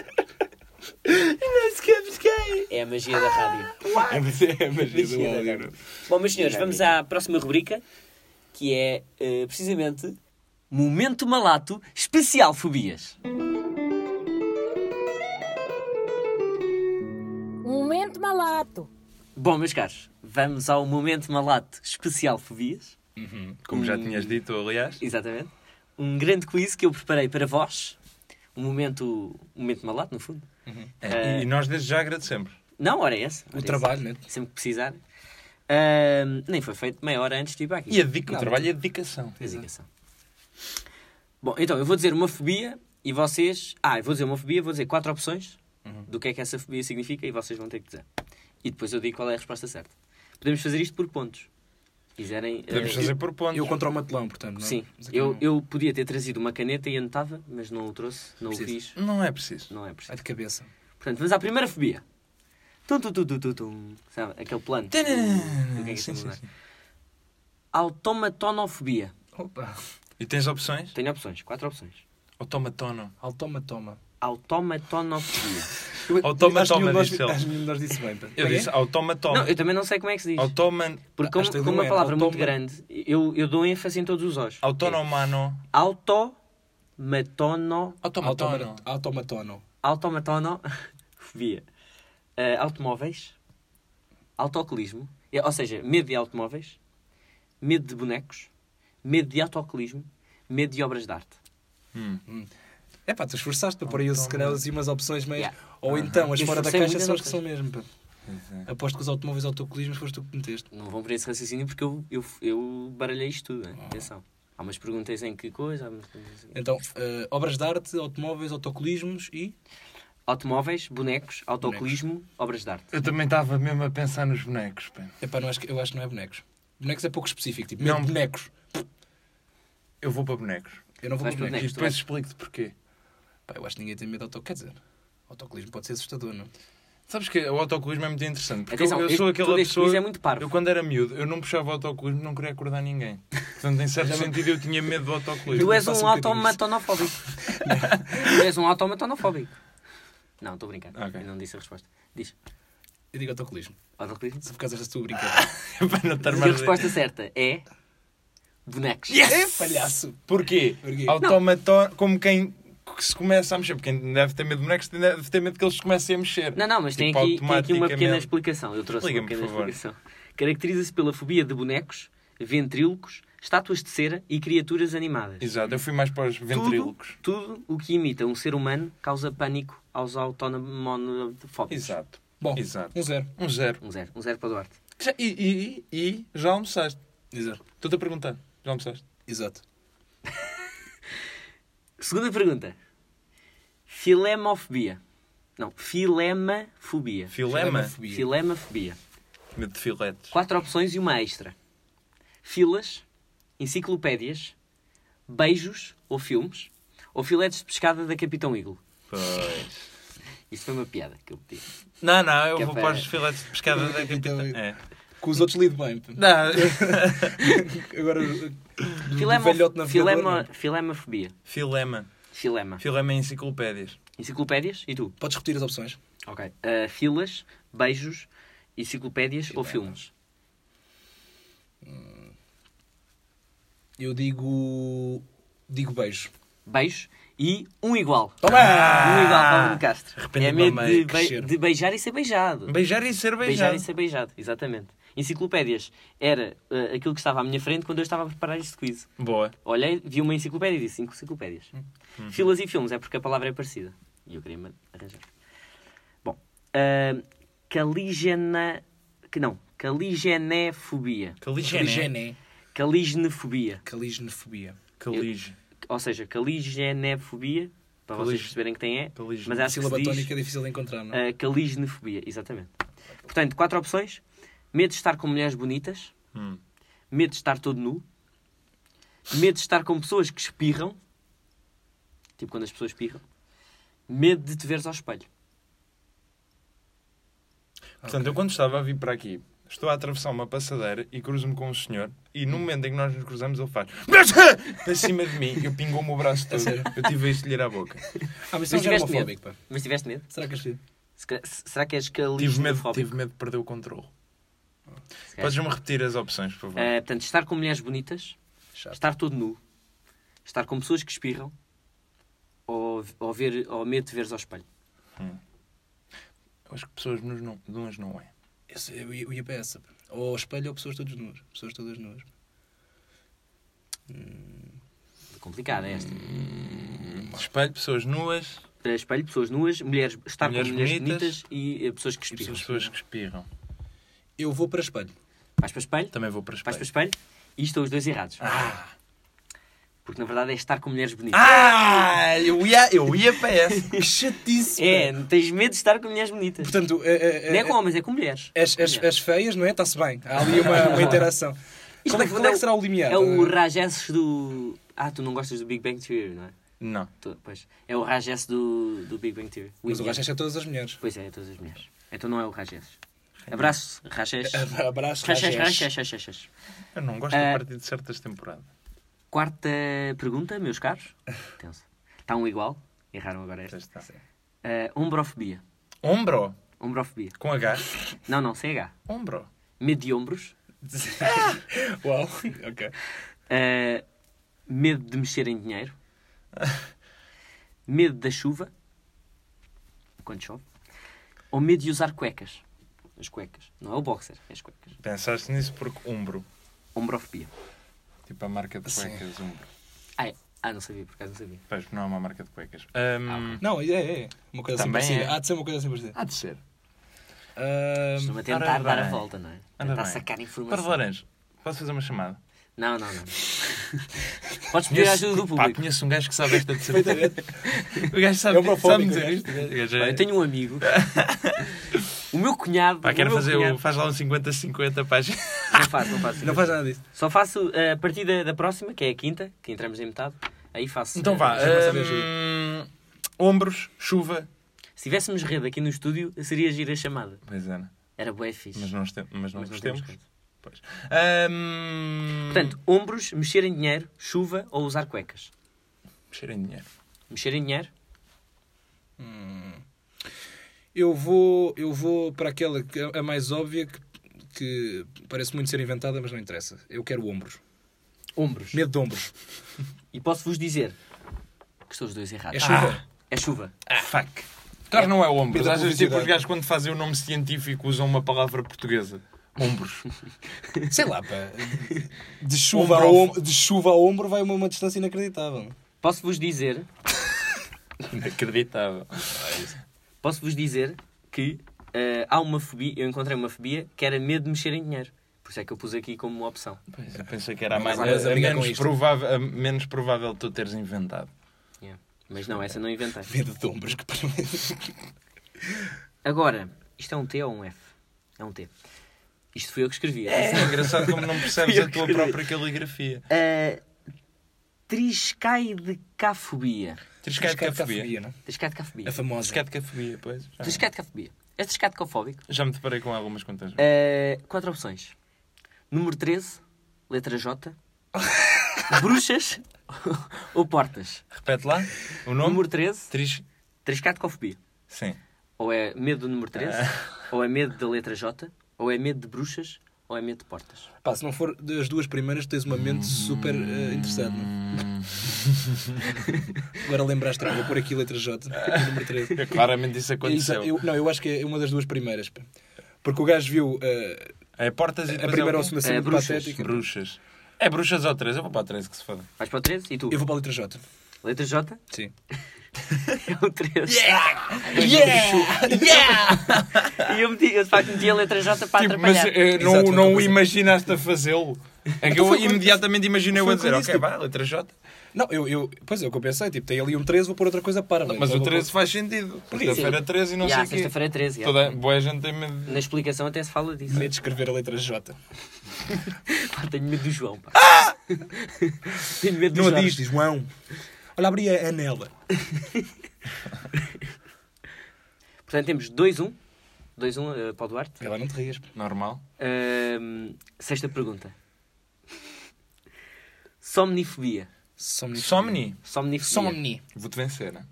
S3: É a magia da rádio.
S1: É, mas é, é magia do
S3: Magia da
S1: áudio,
S3: rádio.
S1: não é?
S3: Bom, meus senhores,
S4: Dinâmica.
S3: vamos à próxima rubrica, que é eh, precisamente Momento Malato Especial Fobias.
S2: Momento malato.
S3: Bom, meus caros, vamos ao Momento Malato Especial Fobias.
S4: Como já tinhas dito, aliás.
S3: Exatamente. Um grande quiz que eu preparei para vós. Um momento, um momento malato, no fundo. Eh.
S4: E nós desde já agradecemos.
S3: Não, hora é essa.
S1: Uhum. O trabalho, né?
S3: Sempre que precisar. Ahm, nem foi feito meia hora antes de ir para aqui.
S4: E a dedica,
S3: Não,
S4: o trabalho é a dedicação.
S3: Dedicação. Bom, então eu vou dizer uma fobia e vocês. Ah, eu vou dizer uma fobia, vou dizer quatro opções
S4: Uhum.
S3: do que é que essa fobia significa e vocês vão ter que dizer. E depois eu digo qual é a resposta certa. Podemos fazer isto por pontos. Se quiserem.
S4: Podemos
S3: eh,
S4: fazer por pontos.
S1: Eu contra o matelão, portanto, não é?
S3: Sim,
S1: Mas aqui
S3: eu,
S1: não-
S3: eu podia ter trazido uma caneta e anotava, mas não o trouxe, não o
S1: Preciso.
S3: fiz.
S4: Não é preciso.
S3: Não é
S1: É
S3: preciso.
S1: de cabeça.
S3: Portanto, vamos à primeira fobia. Tum, tum, tum, tum, tum, tum. Sabe, aquele plano. Do que é que
S4: Sim,
S3: aquilo
S4: sim,
S3: dá.
S4: sim.
S3: Automatonofobia.
S1: Opa!
S4: E tens opções?
S3: Tenho opções, quatro opções.
S4: Automatono.
S1: Automa, toma.
S3: Automatonofobia.
S4: Automa,
S1: Acho que nenhum de
S4: toma,
S1: nós-
S4: disse ele.
S1: Acho que nenhum de nós disse bem. pá.
S4: Eu
S1: Bem,
S4: disse
S1: é?
S3: Não,
S4: automatona.
S3: eu também não sei como é que se diz.
S4: Automan...
S3: Porque como,
S1: Acho que
S3: como
S1: não
S3: uma
S1: é.
S3: palavra muito
S1: Automa-
S3: grande, eu, eu dou ênfase em todos os os. é
S4: Autonomano.
S3: Automatona.
S1: Automa,
S4: Automatono.
S1: automatono.
S3: Automatonofobia. Eh, automóveis. Autocolismo. Eh, Ou seja, medo de automóveis. Medo de bonecos. Medo de autocolismo. Medo de obras de arte.
S4: Hum.
S1: É pá, tu esforçaste para pôr aí, se calhar, assim umas opções mais.
S3: Yeah.
S1: Ou então, as
S3: Eu
S1: fora da
S3: esforcei
S1: caixa
S3: muito
S1: são as
S3: nas
S1: que são mesmo. Pá. Aposto que os automóveis autocolismos foste tu que meteste.
S3: Não vão por esse raciocínio porque eu, eu, eu baralhei isto tudo.
S1: Ah.
S3: né? Atenção. Há umas perguntas em que coisa. Há umas perguntas em...
S1: Então, eh, obras de arte, automóveis, autocolismos e.
S3: Automóveis, bonecos, autocolismo, obras de arte.
S4: Eu também estava mesmo a pensar nos bonecos, pá.
S1: É pá, não acho que- eu acho que não é bonecos. Bonecos é pouco específico, tipo,
S4: Não.
S1: mesmo bonecos.
S4: Eu vou para bonecos.
S1: Eu não vou
S3: Vais
S1: para
S3: para
S1: bonecos.
S4: E
S3: Bonecos, tu
S4: depois
S5: é um-
S3: é.
S4: explico-te porquê.
S1: Pá, eu acho que ninguém tem medo de autocolismo. Quer dizer, autocolismo pode ser assustador, não?
S5: Sabes que o autocolismo é muito interessante. Porque
S3: Atenção,
S5: eu, eu
S3: este-
S5: sou aquela
S3: todo este
S5: pessoa.
S3: quiz é muito parvo.
S5: Eu, quando era miúdo, eu não puxava autocolismo, não queria acordar ninguém. Portanto, em certo sentido, eu tinha medo do autocolismo.
S3: Tu és
S1: faço
S3: um
S1: um bocadinho isso.
S3: automatonofóbico. tu és um automatonofóbico. Não, estou a brincar.
S5: Ok.
S3: Eu não disse a resposta. Diz.
S1: Eu digo autocolismo.
S3: Autoclismo.
S1: Só por causa desta tua brincadeira.
S5: Para não estar
S3: E a
S5: mais-
S3: resposta certa é... Bonecos.
S1: É palhaço!
S5: Porquê?
S1: Porquê?
S5: Automaton... Como quem que se começa a mexer. Porque quem deve ter medo de bonecos, deve ter medo que eles comecem a mexer.
S3: Não, não, mas tem,
S5: Tipo,
S3: aqui, tem aqui uma pequena
S5: automaticamente.
S3: explicação. Eu trouxe uma
S5: Explica-me,
S3: pequena
S5: por favor.
S3: explicação. Caracteriza-se pela fobia de bonecos, ventrílocos, estátuas de cera e criaturas animadas.
S5: Exato, eu fui mais para os ventrílocos.
S3: Tudo, tudo o que imita um ser humano causa pânico aos autonomonofóbicos.
S5: Exato.
S1: Bom,
S5: Exato.
S1: um zero.
S5: Um zero.
S3: Um zero. Um zero para o Duarte.
S5: Já- e, e, e já almoçaste?
S1: Exato.
S5: Estou-te a perguntar. Já almoçaste?
S1: Exato.
S3: Segunda pergunta. Filemofobia. Não, filemafobia.
S5: Filema?
S1: Filemafobia.
S3: Filemafobia.
S5: Medo de filetes.
S3: Quatro opções e uma extra. Filas, enciclopédias, beijos ou filmes, ou filetes de pescada da Capitão Eagle.
S5: Pois.
S3: Isso foi uma piada que eu pedi.
S5: Não, não, eu
S3: Que é
S5: vou
S3: para-
S5: para os filetes de pescada da
S1: Então,
S5: capitã.
S1: eu-
S5: É.
S1: Com os outros lido bem.
S5: Não,
S1: Agora, eh, do, do
S3: Filemo-
S1: velhote navegador,
S3: filema,
S1: não.
S3: filemafobia.
S5: filema.
S3: Filema.
S5: Filema em enciclopédias.
S3: Enciclopédias e tu?
S1: Podes repetir as opções?
S3: Ok. Ah, filas, beijos, enciclopédias ou filmes?
S1: Eu digo... Digo beijo.
S3: Beijos e um igual.
S1: Toma!
S3: Um igual, Paulo de Castro.
S5: Arrependi-me
S3: é medo
S5: bem,
S3: de,
S1: crescer.
S3: bei- de beijar e ser beijado.
S5: Beijar e ser
S3: Beijar
S5: beijado.
S3: e ser beijado, exatamente. Enciclopédias era ah, aquilo que estava à minha frente quando eu estava a preparar este quiz.
S5: Boa.
S3: Olhei, vi uma enciclopédia e disse: cinco enciclopédias.
S1: Hum,
S3: Filas e filmes, é porque a palavra é parecida. E eu queria-me arranjar. Bom, ah, caligena. Que não, caligenefobia.
S5: Caligene.
S1: Caligené.
S3: Caligenefobia.
S1: Caligenefobia.
S5: Calige.
S3: Ou seja, caligenefobia, para vocês
S5: Calige-
S3: perceberem que tem é.
S5: calige-
S3: Mas
S1: A
S3: acho que
S1: sílaba
S3: se diz,
S1: tónica é difícil de encontrar, não é?
S3: Uh, caligenefobia, exatamente. Portanto, quatro opções: medo de estar com mulheres bonitas,
S5: Hum.
S3: medo de estar todo nu, medo de estar com pessoas que espirram, tipo quando as pessoas espirram, medo de te veres ao espelho.
S5: Portanto, eu quando estava a vir para aqui, estou a atravessar uma passadeira e cruzo-me com um senhor e no momento em que nós nos cruzamos ele faz para cima de mim e pingou-me o braço todo. Eu tive a estilhar a boca.
S1: Ah, mas
S3: Mas
S1: isso é
S3: tiveste
S1: homofóbico,
S3: medo?
S1: pá.
S3: Mas tiveste medo?
S1: Será que és filho?
S3: Se calhar- se- Será que é és
S5: Tive medo,
S3: caligenofóbico?
S5: tive medo de perder o controle.
S3: Se calhar.
S5: Podes-me repetir as opções, por favor?
S3: Uh, portanto, estar com mulheres bonitas,
S1: Chato.
S3: estar todo nu, estar com pessoas que espirram, ou, ou, ver, ou medo de te veres ao espelho.
S5: Eu Acho que pessoas nos não, de umas não é.
S1: Esse- Eu ia eu ia para essa. pá. Ou ao espelho ou pessoas todas nuas. Pessoas todas nuas.
S3: Complicada é esta.
S5: Espelho, pessoas nuas,
S3: Para espelho, pessoas nuas, mulheres, estar
S5: Mulheres
S3: com mulheres bonitas,
S5: bonitas.
S3: e eh, pessoas que
S5: e
S3: espirram.
S5: pessoas, pessoas que espirram.
S1: Eu vou para espelho.
S3: Vais para espelho,
S5: Também vou para
S3: vais
S5: espelho.
S3: para espelho e estão os dois errados.
S1: Ah.
S3: Porque na verdade é estar com mulheres bonitas.
S5: Ah, eu ia, eu ia para essa.
S1: Que chatice,
S3: É,
S1: pá.
S3: não tens medo de estar com mulheres bonitas.
S1: Portanto, é, é, é,
S3: não é com homens, é com mulheres.
S1: as,
S3: Com
S1: as,
S3: mulheres.
S1: as feias, não é? Está-se bem. Há ali uma, uma interação.
S3: Isto,
S1: Qual é,
S3: no
S1: que-
S3: fundo,
S1: qual é que será o limiar?
S3: É o Rajesh do. Ah, tu não gostas do Big Bang Theory, não é?
S5: Não.
S3: Tu- Pois. É o Rajesh do, do Big Bang Theory.
S1: Mas o
S3: indiano.
S1: Rajesh é todas as mulheres.
S3: Pois é, é todas as mulheres. Então não é o Rajesh. Abraço, Rajesh.
S1: Abraço, Rajesh.
S3: Rajesh, Rajesh, Rajesh, Rajesh.
S5: Eu não gosto
S3: Ah.
S5: a partir de certas temporadas.
S3: Quarta pergunta, meus caros. Tenso. Está um igual. Erraram agora
S5: Já
S3: esta.
S5: está.
S3: Eh, ombrofobia.
S5: Ombro.
S3: Ombrofobia.
S5: Com H.
S3: Não, não, sem H.
S5: Ombro.
S3: Medo de ombros.
S1: Uau, ok.
S3: Eh, medo de mexer em dinheiro. medo da chuva. Quando chove. Ou medo de usar cuecas. As cuecas. Não é o boxer, é as cuecas.
S5: Pensaste nisso porque ombro.
S3: Ombrofobia.
S5: Tipo a marca de
S1: Sim.
S5: cuecas, ombro.
S3: Ah, é. ah, não sabia, por acaso não sabia.
S5: Pois, não é uma marca de cuecas. Ah, Ahm,
S1: Não, é, é. é. Uma coisa assim
S5: Também
S1: parecida.
S5: é.
S1: Há de ser uma coisa assim parecida.
S5: Há de ser.
S1: Ahm,
S3: Estou-me a tentar
S5: ora
S3: dar a
S5: bem.
S3: volta, não é?
S5: Anda
S3: Tentar
S5: bem.
S3: sacar
S5: Para
S3: informação.
S5: Lourenço, posso fazer uma chamada?
S3: Não, não, não. Podes pedir a ajuda do
S5: Pá,
S3: público.
S5: conheço um gajo que sabe esta de certeza. o gajo sabe,
S1: É homofóbico,
S5: sabe dizer
S1: o
S5: isto. O gajo é-
S3: Pá, Eu né? tenho um amigo. o meu cunhado.
S5: Pá,
S3: o
S5: quero
S3: meu
S5: fazer
S3: cunhado-
S5: o... Faz lá um 50-50 para a gente.
S3: Não faço, não faço.
S1: Não faz nada disso.
S3: Só faço eh, a partir da, da próxima, que é a quinta, que entramos em metade. Aí faço. eh,
S5: Então vá.
S1: Já não
S5: hum,
S1: sabes
S5: Ombros, chuva.
S3: Se tivéssemos rede aqui no estúdio, seria gira a chamada.
S5: Pois é, né?
S3: Era bué fixe.
S5: mas não, este- mas não
S3: Mas não
S5: temos.
S3: temos
S5: Temos.
S3: rede.
S5: Pois. Hum, Ahm,
S3: Portanto, ombros, mexer em dinheiro, chuva ou usar cuecas.
S5: Mexer em dinheiro.
S3: Mexer em dinheiro?
S1: Eu vou, eu vou para aquela que é a mais óbvia que, que parece muito ser inventada, mas não interessa. Eu quero ombros.
S3: Ombros.
S1: Medo de ombros.
S3: E posso-vos dizer que estão os dois
S1: É
S3: errados.
S1: chuva.
S3: É chuva.
S5: Fuck. Claro, não é ombros.
S6: Pela
S5: Às vezes, tipo,
S6: publicidade.
S5: os gajos, quando fazem o nome científico, usam uma palavra portuguesa. Ombros.
S1: Sei lá, pá.
S6: De chuva, ao ombro, de chuva ao ombro vai uma, uma distância inacreditável.
S3: Posso-vos dizer,
S5: Inacreditável.
S3: posso-vos dizer que eh, há uma fobia, eu encontrei uma fobia que era medo de mexer em dinheiro. Por isso é que eu pus aqui como uma opção.
S5: Pois, é. eu pensei que era a,
S1: Mas
S5: mais,
S1: há coisa
S5: a,
S1: a ligar com
S5: menos,
S1: isto.
S5: provável, a menos provável de tu teres inventado.
S3: Yeah. Mas não, essa não inventei.
S6: Medo de ombros, que para mim.
S3: Agora, isto é um T ou um F? É um T. Isto fui eu que escrevi.
S5: É engraçado como não percebes a tua própria caligrafia.
S3: Eh, triscaidecafobia.
S5: Triscatecafobia.
S1: não?
S6: é?
S3: Triscaidecafobia.
S1: A famosa.
S5: Triscatecafobia, pois. Já-
S3: Triscaidecafobia. É És triscaidecafóbico?
S5: Já me deparei com algumas contas.
S3: Eh, quatro opções. Número 13, letra J. bruxas ou portas?
S5: Repete lá o nome.
S3: Número 13,
S5: Tris...
S3: triscatecofobia.
S5: Sim.
S3: Ou é medo do número 13, ou é medo da letra J, ou é medo de bruxas, ou é medo de portas.
S1: Pá, se não for das duas primeiras, tens uma mente super eh, interessante. Não? é? Agora lembraste, vou pôr aqui letra J, número 13.
S5: Eu claramente isso aconteceu.
S1: Eu- não, eu acho que é uma das duas primeiras. pá. Porque o gajo viu eh,
S5: É portas e
S1: a
S5: depois
S1: primeira
S5: é
S1: ou
S5: o
S1: a segunda
S5: quê?
S1: cena
S3: É, bruxas.
S5: tipo-
S1: patética.
S5: Bruxas. É bruxas ou três? Eu vou para a três que se foda.
S3: Vais para o 13 e tu?
S1: Eu vou para a letra J.
S3: Letra J
S1: Sim.
S3: é o 13. E eu, meti, eu de facto meti a letra J para
S5: Tipo, mas
S3: atrapalhar.
S5: eh, não,
S1: Exato,
S5: não o
S1: pois é.
S5: imaginaste a fazê-lo. É que eu imediatamente imaginei eu
S1: foi
S5: a dizer,
S1: quando disse,
S5: ok,
S1: tipo-
S5: vai, letra J.
S1: Não, eu, eu, pois é, o que eu pensei, tipo, tem ali um 13, vou pôr outra coisa para.
S5: Mas o 13 faz sentido. Sexta-feira 13 e não
S3: Yeah,
S5: sei o quê.
S3: sexta-feira é 13. yeah.
S5: Toda, boa gente tem medo. de-
S3: Na explicação até se fala disso.
S1: Medo de escrever a letra J.
S3: Pá, tenho medo do João. Pá. tenho medo do
S1: Não a
S3: João.
S1: diz, diz João. Olha, abri a anela.
S3: Portanto, temos 2-1. 2-1 eh, para o Duarte.
S1: Ela não te rias. pá.
S5: Normal.
S3: Ahm, sexta pergunta. Somnifobia.
S1: Somni.
S5: Hum. Somni.
S3: Somnifobia.
S1: Somni.
S5: Vou-te vencer, né?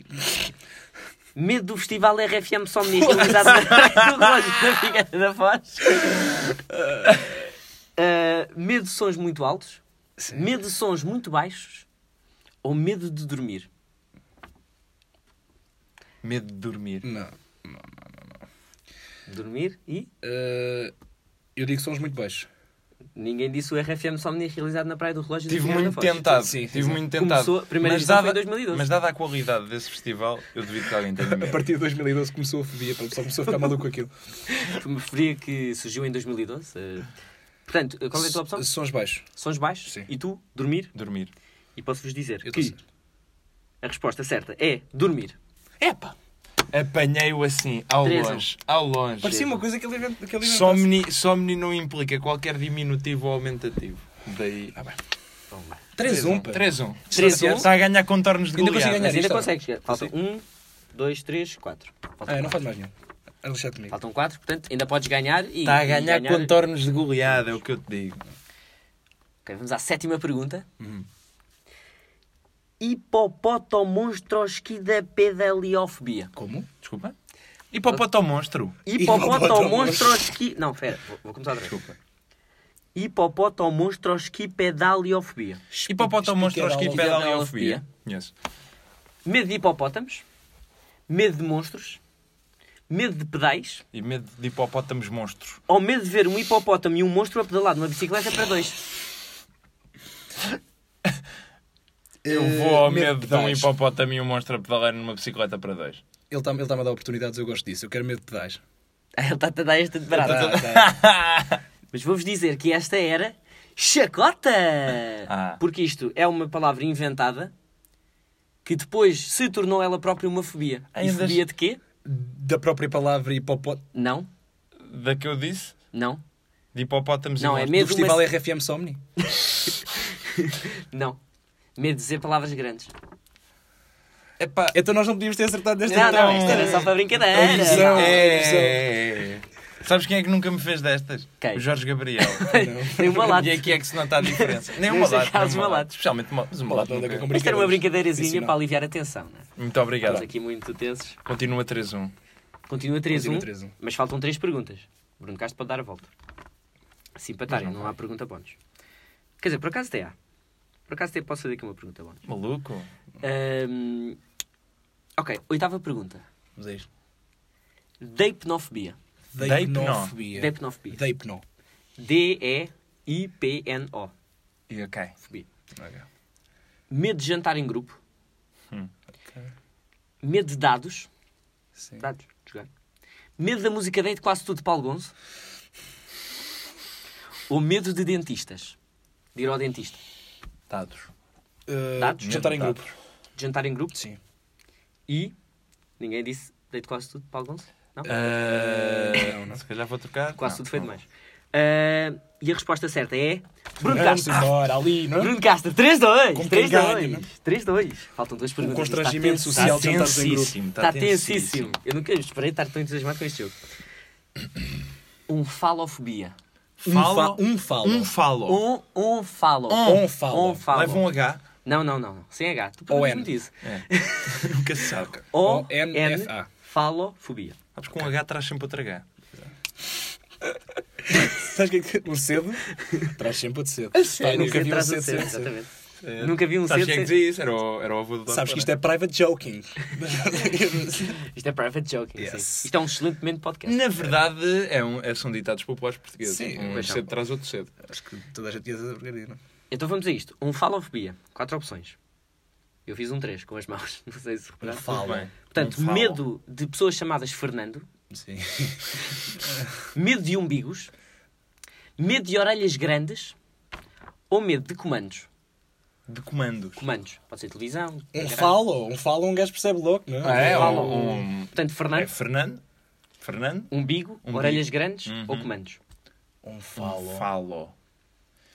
S3: Medo do festival RFM Somni realizado na do Rojo da Figueira da Foz. Ah, medo de sons muito altos. Medo de sons muito baixos. Ou medo de dormir.
S5: Medo de dormir.
S1: Não.
S3: Dormir e...
S1: Eh, eu digo sons muito baixos.
S3: Ninguém disse o RFM Somni é realizado na Praia do Relógio da
S5: Tive
S3: Figueira da
S5: muito
S3: Foz.
S5: tentado.
S1: Sim, sim,
S5: tive
S1: sim.
S5: muito tentado.
S3: Começou- a primeira
S5: mas
S3: edição
S5: dada,
S3: foi em 2012.
S5: Mas dada a qualidade desse festival, eu duvido que alguém tenha
S1: A
S5: medo.
S1: partir de 2012 começou a fobia, pá, o pessoal começou a ficar maluco com aquilo.
S3: Que me referia que surgiu em 2012. eh. Portanto, qual é a tua opção?
S1: S- Sons baixos.
S3: Sons baixos
S1: Sim.
S3: e tu, dormir.
S5: Dormir.
S3: E posso-vos dizer
S1: Eu tô
S3: que
S1: certo.
S3: a resposta certa é dormir.
S1: Epá!
S5: Apanhei-o assim, ao
S3: Três,
S5: longe. Ao longe.
S1: Parecia uma coisa que ele inventa. que ele inventasse.
S5: Somni, somni não implica qualquer diminutivo ou aumentativo. Daí. Ah, bem.
S1: 3-1, pá.
S5: 3-1.
S3: Distanciar-se.
S5: Está um, a ganhar contornos de
S1: Ainda
S5: goleada.
S1: consigo ganhar.
S3: Mas ainda
S1: isto,
S3: consegues. cara. Faltam um, dois, três, quatro. Faltam,
S1: Ah, não
S3: quatro.
S1: faz mais nenhum. Vais deixar comigo.
S5: Tá.
S3: Faltam quatro, portanto ainda podes ganhar. E,
S5: Está Tá a
S3: e
S5: ganhar contornos de goleada, é o que eu te digo.
S3: Ok, vamos à sétima pergunta. Hipopotomonstrosquidapedaliofobia.
S1: Como?
S5: Desculpa? Hipopotomonstro.
S3: Hipopotomonstrosqui... Não, espera, vou, vou começar outra vez.
S5: Desculpa.
S3: Hipopotomonstrosquipedaliofobia.
S5: Hipopotomonstro
S3: Espidalofobia.
S5: Conheço.
S3: Medo de hipopótamos. Medo de monstros. Medo de pedais.
S5: E medo de hipopótamos monstros.
S3: Ao medo de ver um hipopótamo e um monstro a pedalar numa bicicleta para dois.
S5: Eu vou ao
S1: Eh,
S5: medo, de um
S1: pedais.
S5: hipopótamo e um monstro a pedalar numa bicicleta para dois.
S1: Ele está-me ele tá-me a dar oportunidades, eu gosto disso. Eu quero medo de pedais.
S3: Ah, Ele está a dar esta de barata.
S1: Tá, tá.
S3: Mas vou-vos dizer que esta era chacota!
S5: Ah.
S3: Porque isto é uma palavra inventada que depois se tornou ela própria uma fobia. E
S5: Ainda-
S3: fobia de quê?
S1: Da própria palavra hipopótamo.
S3: Não,
S5: Da que eu disse,
S3: não,
S5: de hipopótamos
S3: Não,
S5: e
S3: é
S5: monstros.
S1: Do
S3: Medo de uma-
S1: festival RFM Somni.
S3: não. Medo de dizer palavras grandes.
S5: Epá,
S1: Então nós não podíamos ter acertado desta
S3: Não,
S1: então.
S3: não, isto era só para
S1: É isso,
S3: brincadeira.
S1: não.
S5: É. Sabes quem é que nunca me fez destas?
S3: Quem?
S5: O Jorge Gabriel.
S3: Tem uma lata.
S5: E aqui é que se nota a diferença. Nem o
S3: Neste
S5: Malato.
S3: caso,
S5: nem o
S3: o Malato.
S5: Especialmente o Malato, mas o Malato. nunca.
S3: Isto era uma brincadeirazinha
S1: Ensinar.
S3: para aliviar a tensão. Né?
S5: Muito obrigado.
S3: Estamos aqui muito tensos.
S5: Continua 3-1.
S3: Continua 3-1,
S7: 3-1.
S3: mas faltam 3 perguntas. Bruno Castro pode dar a volta. Se empatarem, não há pergunta bónus. Quer dizer, por acaso até há. Por acaso até posso fazer aqui uma pergunta bónus.
S5: Maluco.
S3: Ahm, ok, oitava pergunta.
S5: Vamos a isto.
S3: Da hipnofobia.
S5: Deipnofobia.
S3: Da hipnofobia.
S1: Deipno.
S3: D-E-I-P-N-O.
S5: E ok.
S3: Fobia.
S5: Ok.
S3: Medo de jantar em grupo.
S5: Hum.
S3: Medo de dados.
S5: Sim.
S3: Dados, de jogar. Medo da música date quase tudo Paulo Gonzo. Ou medo de dentistas. De ir ao dentista.
S5: Dados.
S1: Eh,
S3: Dados?
S1: Jantar em
S5: Dados.
S1: grupo.
S3: De jantar em grupo.
S1: Sim.
S3: E. Ninguém disse date quase tudo Paulo Gonzo? Não?
S5: Ah, Se calhar vou trocar.
S3: Quase
S5: Não,
S3: tudo foi
S5: não.
S3: demais. Ah, e a resposta certa é. Bruno
S1: Vamos
S3: Castro.
S1: embora, ali, não é?
S3: Bruno Castro, 3-2!
S1: Como quem ganha, não é? Um
S3: 3-2! 3-2! Faltam duas perguntas.
S1: constrangimento
S3: Está
S1: social
S3: tenso.
S1: de jantares em grupo.
S5: tensíssimo,
S3: Está tensíssimo. Eu nunca esperei estar tão entusiasmado com este jogo. Um falofobia.
S5: Falo.
S1: Um falo.
S5: Um falo.
S3: Um, um falo.
S1: Um falo.
S3: Um falo.
S5: Leva um H.
S3: Não, não, não. não. Sem H. Tu
S1: Ou
S3: perguntas
S1: N.
S3: muito isso.
S5: Nunca se sabe.
S3: O, N,
S7: O-N-F-A.
S3: falofobia.
S5: Sabes que um H traz sempre outro H.
S1: Sabes o que é que- o cedo? Traz sempre o de cedo. Pá,
S3: Você
S1: Nunca vi um
S3: traz o
S1: cedo
S3: cedo,
S1: sem cedo.
S3: Exatamente. Nunca vi um
S5: Sabes
S3: cedo
S5: quem é que
S3: sem
S5: dizia isso? Era o, era o avô do Dom
S1: Sabes que isto é private joking.
S3: Isto é private joking. sim.
S1: Yes.
S3: Isto é um excelentemente podcast.
S5: Na verdade, é um, é- são ditados populares portugueses.
S1: Sim,
S5: um
S3: pois são.
S5: cedo traz outro cedo.
S7: Acho que toda a gente ia saber porcaria,
S1: é?
S7: não?
S3: Então vamos a isto. Um falofobia. Quatro opções. Eu fiz um 3 com as mãos. Não sei se
S1: Um
S3: reparaste.
S5: Tudo bem.
S3: Portanto,
S5: Um falo.
S3: medo de pessoas chamadas Fernando,
S7: Sim.
S3: medo de umbigos, medo de orelhas grandes ou medo de comandos.
S5: De comandos.
S3: Comandos. Pode ser televisão.
S1: Um
S3: garagem.
S1: falo, um falo, um gajo percebe louco, não
S5: Ah,
S1: é?
S5: é?
S3: Falo.
S5: Um, um-
S3: Portanto,
S5: é
S3: Fernando,
S5: Fernando? Fernando?
S3: umbigo,
S5: Umbigo.
S3: orelhas grandes
S5: Uhum.
S3: ou comandos.
S1: Um falo. Então-
S5: Falo.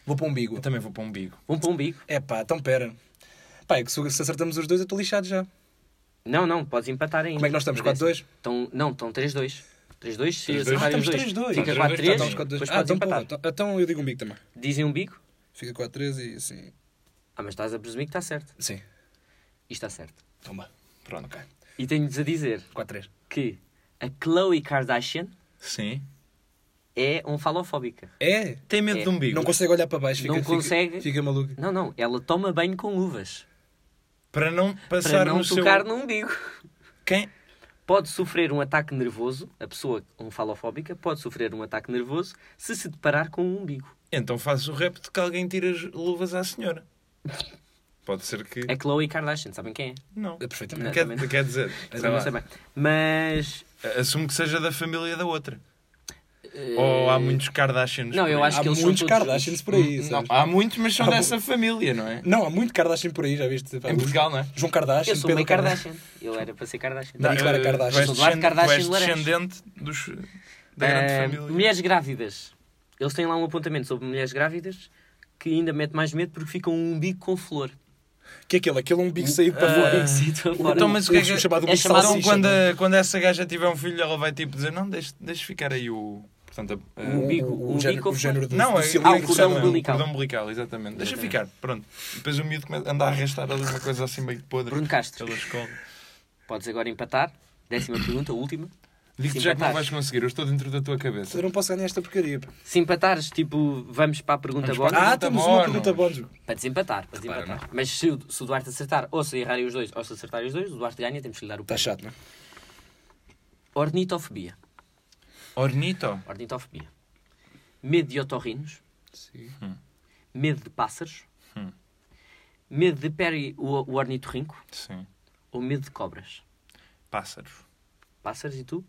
S1: Vou para o umbigo.
S5: Eu também vou para o umbigo.
S3: Vamos Um para o umbigo.
S1: É pá, então pera. Pá, é que se se acertamos os dois eu estou lixado já.
S3: Não, não, podes empatar ainda.
S1: Como é que nós estamos?
S3: Na décima.
S1: 4-2?
S3: Então, não, estão 3-2. 3-2, se
S5: 3-2.
S1: Ah,
S3: acertarem os
S1: estamos
S3: dois.
S1: 3-2.
S3: Fica
S5: Estamos
S3: 4-3,
S1: Estamos
S5: dois, estamos
S1: 4-2.
S3: depois
S1: Ah,
S3: podes
S1: então, porra,
S3: empatar.
S1: então, então eu digo umbigo também.
S3: Dizem umbigo?
S1: Fica 4-3 e assim.
S3: Ah, mas estás a presumir que está certo.
S1: Sim.
S3: E está certo.
S1: Toma.
S5: Pronto.
S3: E tenho-vos a dizer
S1: 4-3.
S3: que a Khloe Kardashian
S5: Sim.
S3: é um falofóbica.
S1: É?
S5: Tem medo
S3: É.
S5: de umbigo.
S1: Não consegue olhar para baixo. Fica,
S3: Não
S1: fica-
S3: consegue.
S1: Fica maluco.
S3: Não, não, ela toma banho com luvas
S5: Para não passar
S3: para não
S5: no
S3: tocar
S5: seu...
S3: no umbigo.
S5: Quem?
S3: Pode sofrer um ataque nervoso, a pessoa um falofóbica pode sofrer um ataque nervoso se se deparar com um umbigo.
S5: Então fazes o rap de que alguém tira as luvas à senhora. Pode ser que...
S3: A Khloe Kardashian, sabem quem é?
S5: Não.
S1: É perfeitamente.
S5: Quer,
S3: também não.
S5: quer dizer...
S3: Mas
S5: sei
S3: não
S5: lá,
S3: sei bem. Mas
S5: Assumo que seja da família da outra. Ou há muitos Kardashians
S3: Eh, Não,
S5: por
S3: eu
S5: aí?
S3: acho
S1: Há
S3: que eles são
S1: muitos
S3: todos Hum,
S1: Kardashians por aí,
S5: Não,
S1: sabes?
S5: há muitos, mas são
S1: Há
S5: dessa família, não é?
S1: Não, há muito Kardashian por aí, já viste? Pá,
S5: Em Portugal, não é?
S1: João Kardashian,
S3: eu sou meio
S1: Pedro
S3: Kardashian. Eu era para ser Kardashian.
S1: Não, Maria Clara
S5: Eh,
S1: Kardashian.
S5: tu és
S3: Sou do lado de
S5: descendente- tu és
S3: Kardashian Laranja.
S5: descendente dos, da grande
S3: Ah,
S5: família.
S3: Mulheres grávidas. Eles têm lá um apontamento sobre mulheres grávidas que ainda mete mais medo porque ficam um umbigo com flor.
S1: Que é aquele? Aquele umbigo saído para
S3: Ah,
S1: fora.
S3: sim, estou a falar.
S5: Então, mas o que é
S1: O
S5: que
S1: chamado
S3: é
S1: umbigo
S3: chamado-
S5: Então,
S1: salsicha,
S5: quando,
S1: não é?
S5: a- quando essa gaja tiver um filho, ela vai tipo dizer: Não, deixa, deixa ficar aí o. Portanto, a- a-
S3: O umbigo,
S1: o,
S3: o umbigo
S1: género,
S3: um ou
S1: o género do,
S5: Não,
S1: do
S5: é
S1: cilindro
S3: ah, o
S1: que
S3: cordão
S1: chama-
S5: o
S3: umbilical.
S5: cordão umbilical, exatamente. Deixa ficar, pronto. E depois o miúdo começa- anda a arrastar ali uma coisa assim meio podre.
S3: Bruno Castro.
S5: Pela escola.
S3: Podes agora empatar. Décima pergunta, última.
S5: Digo-te
S3: Sim,
S5: já que não
S3: fantástico.
S5: vais conseguir, eu estou dentro da tua cabeça.
S1: Eu não posso ganhar esta porcaria. pá.
S3: Se empatares, tipo, vamos para a pergunta
S5: Vamos
S3: agora.
S5: para- é?
S1: Ah,
S5: Pergunta
S1: temos
S5: bónus.
S1: uma pergunta bónus.
S3: Para desempatar, para desempatar. Mas se o, se o Duarte acertar, ou se errarem os dois, ou se acertarem os dois, o Duarte ganha, temos que lhe dar o
S1: Está
S3: ponto.
S1: chato, não é?
S3: Ornitofobia.
S5: Ornito?
S3: Ornitofobia. Medo de otorrinos. Medo de pássaros.
S5: Hum.
S3: Medo de peri o, o ornitorrinco.
S5: Sim.
S3: Ou medo de cobras.
S5: Pássaros.
S3: Pássaros e tu?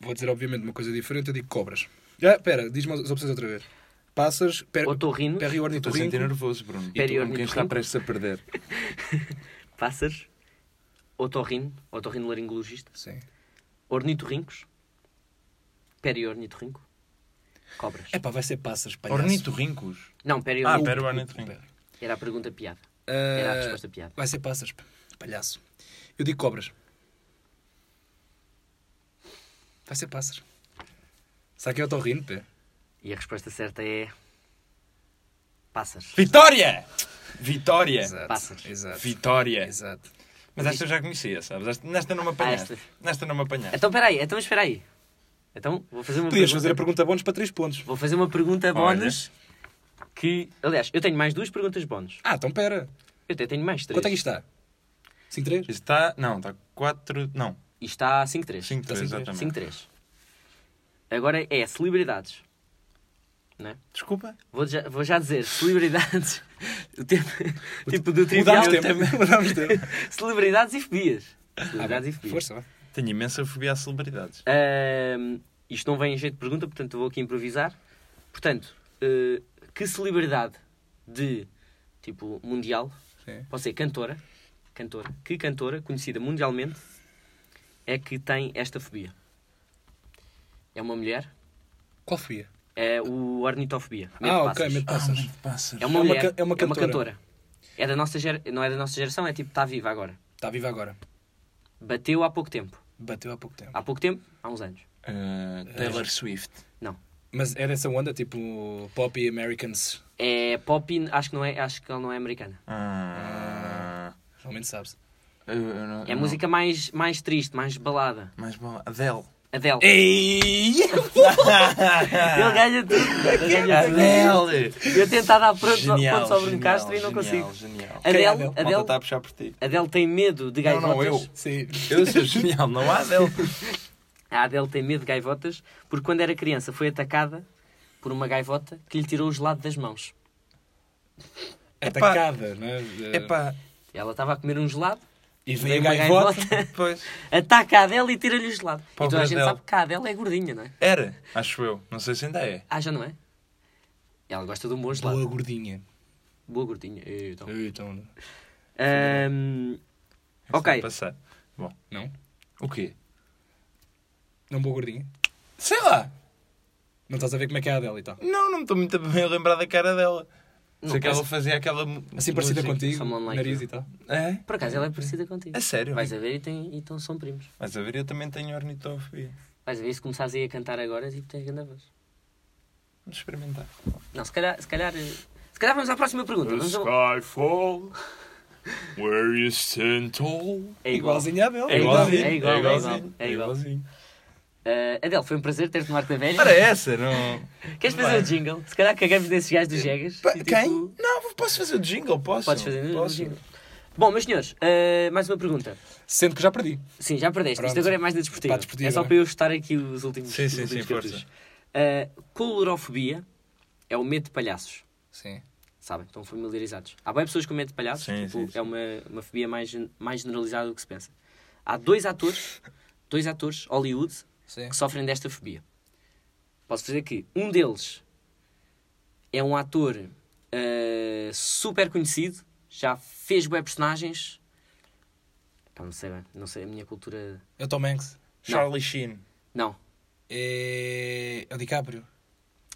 S7: Vou dizer, obviamente, uma coisa diferente. Eu digo cobras. Ah, pera, diz-me as opções outra vez. Pássaros, per...
S3: Otorrinos.
S7: perri
S5: Estou a sentir
S7: ornitorrinco.
S5: nervoso, Bruno. E tu,
S3: Periornito
S5: como quem está
S3: rinco.
S5: prestes a perder.
S3: Pássaros. Otorrino. Otorrino laringologista.
S7: Sim.
S3: Ornitorrincos. Periornitorrinco. Cobras.
S1: É pá, vai ser passas, palhaço.
S5: Ornitorrincos?
S3: Não,
S5: Ah,
S3: periornitorrinco.
S5: pera, o ornitorrinco.
S3: Era a pergunta piada.
S1: Ah,
S3: Era a resposta piada.
S1: Vai ser passas, p- palhaço. Eu digo cobras. Vai ser passas. Será é que eu estou rindo, pé?
S3: E a resposta certa é. Passas.
S5: Vitória! Vitória!
S1: Exato.
S3: Pássaros.
S1: Exato.
S5: Vitória!
S1: Exato.
S5: Mas esta eu já conhecia, sabes? Esta- Nesta não me apanhaste.
S3: Ah, esta.
S5: Nesta não me apanhaste.
S3: Então espera aí, então espera aí. Então vou fazer uma
S8: Podias
S3: pergunta.
S8: fazer a pergunta bónus para 3 pontos.
S3: Vou fazer uma pergunta
S5: Olha.
S3: bónus que. Aliás, eu tenho mais duas perguntas bónus.
S1: Ah, então pera.
S3: Eu até tenho mais três.
S1: Quanto é que isto está?
S8: 5, 3?
S5: Isto está. Não, está 4. Não,
S3: E está 5-3.
S5: 5, 3, exatamente.
S3: 5-3. Agora é celebridades. Não é?
S5: Desculpa.
S3: Vou já, vou já dizer, celebridades. o tempo, tipo do trivial.
S1: Mudámos tempo. Mudámos tempo.
S3: Celebridades e fobias.
S1: Ah,
S3: Celebridades e
S1: bem,
S3: fobias.
S1: força, vá.
S5: Tenho imensa fobia a celebridades.
S3: Ahm, isto não vem em jeito de pergunta, portanto vou aqui improvisar. Portanto, eh, que celebridade de tipo mundial
S1: Sim.
S3: pode ser cantora? Cantora. Que cantora conhecida mundialmente é que tem esta fobia? É uma mulher?
S1: Qual fobia?
S3: É o ornitofobia. medo de
S1: Ah, ok,
S3: pássaros.
S1: medo de pássaros.
S3: É uma,
S1: É uma
S3: mulher,
S1: ca- é uma
S3: é uma
S1: cantora.
S3: cantora. É da nossa gera... Não é da nossa geração, é tipo, está viva agora.
S1: Está viva Tá agora.
S3: Bateu há pouco tempo.
S1: Bateu há pouco tempo.
S3: Há pouco tempo? Há uns anos.
S5: Ah, Taylor Swift.
S3: Não.
S1: Mas era essa onda, tipo Pop e Americans.
S3: É pop, e- acho que não é, acho que ela não é americana.
S5: Ah,
S1: Realmente sabes.
S5: eu- eu não-
S3: É
S5: eu
S3: a
S5: não-
S3: música mais, mais triste, mais balada.
S5: Mais boa. Adele.
S3: Adele.
S5: Ei! É.
S3: Ele ganha tudo. Ele ganha tudo.
S5: Adele!
S3: Eu tentar dar É pronto
S5: Genial,
S3: ponto sobre o
S5: genial,
S3: Castro e não
S5: genial,
S3: consigo.
S5: Genial.
S3: Adele,
S5: Quem é Malta
S3: Adele?
S5: está a puxar por ti.
S3: Adele tem medo de
S5: Não,
S3: gaivotas.
S5: não, eu.
S1: Sim.
S5: Eu sou genial, não há Adele.
S3: A Ah, Adele tem medo de gaivotas porque quando era criança foi atacada por uma gaivota que lhe tirou o gelado das mãos.
S5: Epá.
S1: Atacada, não é?
S5: Epá,
S3: Ela estava a comer um gelado,
S1: E veio
S3: veio uma
S1: a gaivota.
S5: pois.
S3: ataca a Adele e tira-lhe o gelado.
S5: Pobre
S3: e toda a gente
S5: Adele.
S3: sabe que a Adele é gordinha, não é?
S5: Era, acho eu. Não sei se ainda é.
S3: Ah, já não é? Ela gosta de um bom gelado.
S1: Boa
S3: Boa,
S1: gordinha.
S3: gordinha. Eh, Então.
S1: Então,
S3: Ahm,
S5: Isso vai
S3: ok,
S5: Passar. Bom,
S1: não?
S5: o quê?
S1: Não boa gordinha?
S5: Sei lá.
S1: Não estás a ver como é que é a Adele e tal.
S5: Não, não me estou muito bem a lembrar da cara dela.
S3: Não,
S5: sei que
S3: parece-
S5: ela fazia aquela. mu-
S1: Assim parecida
S5: música.
S1: contigo,
S3: Someone like
S1: nariz
S3: you.
S1: e tal.
S5: É?
S3: por acaso ela é parecida contigo.
S5: A sério?
S3: Vais a ver e, tem, e então são primos.
S5: Mas a ver, eu também tenho ornitofobia.
S3: Vais a ver se começares aí a cantar agora, tipo, tens grande voz.
S5: Vamos experimentar.
S3: Não, se calhar, se calhar. eh, Se calhar vamos à próxima pergunta. Vamos a...
S5: Skyfall, where you stand tall.
S3: É igual.
S1: Igualzinha a Adele.
S3: É igualzinho, é igual,
S5: É
S3: é
S5: igualzinho.
S3: igual, é igual. Ah, Adele, foi um prazer ter-te no Arco da Velha.
S5: Para essa, não.
S3: Queres fazer o jingle? Se calhar cagamos nesses gajos dos Jegas.
S5: Pa-
S3: E, tipo,
S5: Quem? Não, posso fazer o jingle, posso.
S3: Podes fazer no
S5: posso.
S3: jingle. Bom, meus senhores, ah, mais uma pergunta.
S1: Sendo que já perdi.
S3: Sim, já perdeste. Isto
S1: Pronto.
S3: agora é mais da desportiva.
S1: Pá, desportiva,
S3: É só
S1: né?
S3: para eu estar aqui os últimos
S5: Sim,
S3: os
S5: sim,
S3: últimos
S5: sim,
S3: capítulos. Ah, colorofobia é o medo de palhaços.
S1: Sim.
S3: Sabem? Estão familiarizados. Há bem pessoas com medo de palhaços.
S5: Sim,
S3: tipo,
S5: sim, sim.
S3: É uma, uma fobia mais, gen- mais generalizada do que se pensa. Há dois atores, dois atores, Hollywood,
S1: Sim.
S3: que sofrem desta fobia. Posso dizer que um deles é um ator eh, super conhecido, já fez web personagens. Pá, não sei bem, não sei a minha cultura.
S1: É o Tom Hanks.
S5: Charlie Sheen.
S3: Não.
S1: É... é o DiCaprio.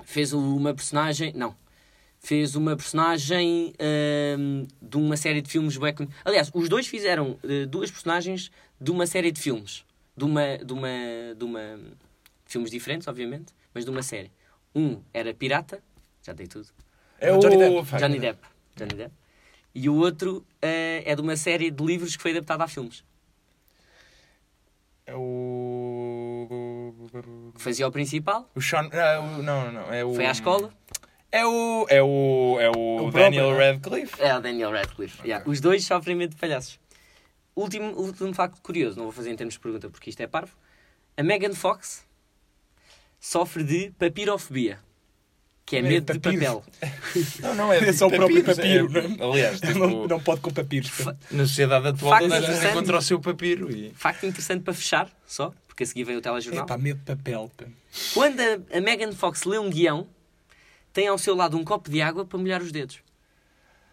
S3: Fez um, uma personagem. Não. Fez uma personagem ehm, de uma série de filmes. bué con- Aliás, os dois fizeram eh, duas personagens de uma série de filmes. De uma. De uma, de uma de filmes diferentes, obviamente, mas de uma série. Um era Pirata, já dei tudo.
S5: É
S1: o- Johnny Depp.
S5: Fuck.
S3: Johnny Depp. Johnny Depp. E o outro eh, é de uma série de livros que foi adaptada a filmes.
S5: É o.
S3: Que fazia o principal,
S5: O Sean. ah, o- Não, não, é o.
S3: foi à escola.
S5: É o. É o. É o,
S1: O
S5: Daniel
S1: próprio,
S5: Radcliffe.
S3: É o Daniel Radcliffe. Yeah. Os dois sofrem medo de palhaços. Último, último facto curioso, não vou fazer em termos de pergunta porque isto é parvo. A Megan Fox sofre de papirofobia, que é
S1: Medo
S3: medo
S1: de
S3: de
S1: papiro.
S3: papel.
S5: Não, não, é.
S1: É só o próprio papiro,
S5: é- Aliás, tipo,
S1: Não, não pode com papiros.
S3: Fa-
S5: na sociedade atual,
S3: Facto
S5: toda a gente
S3: interessante.
S5: encontra o seu papiro. E...
S3: Facto interessante para fechar, só, porque a seguir vem o
S1: É
S3: telejornal.
S1: pá, medo de papel. pá.
S3: Quando a, a Megan Fox lê um guião, tem ao seu lado um copo de água para molhar os dedos.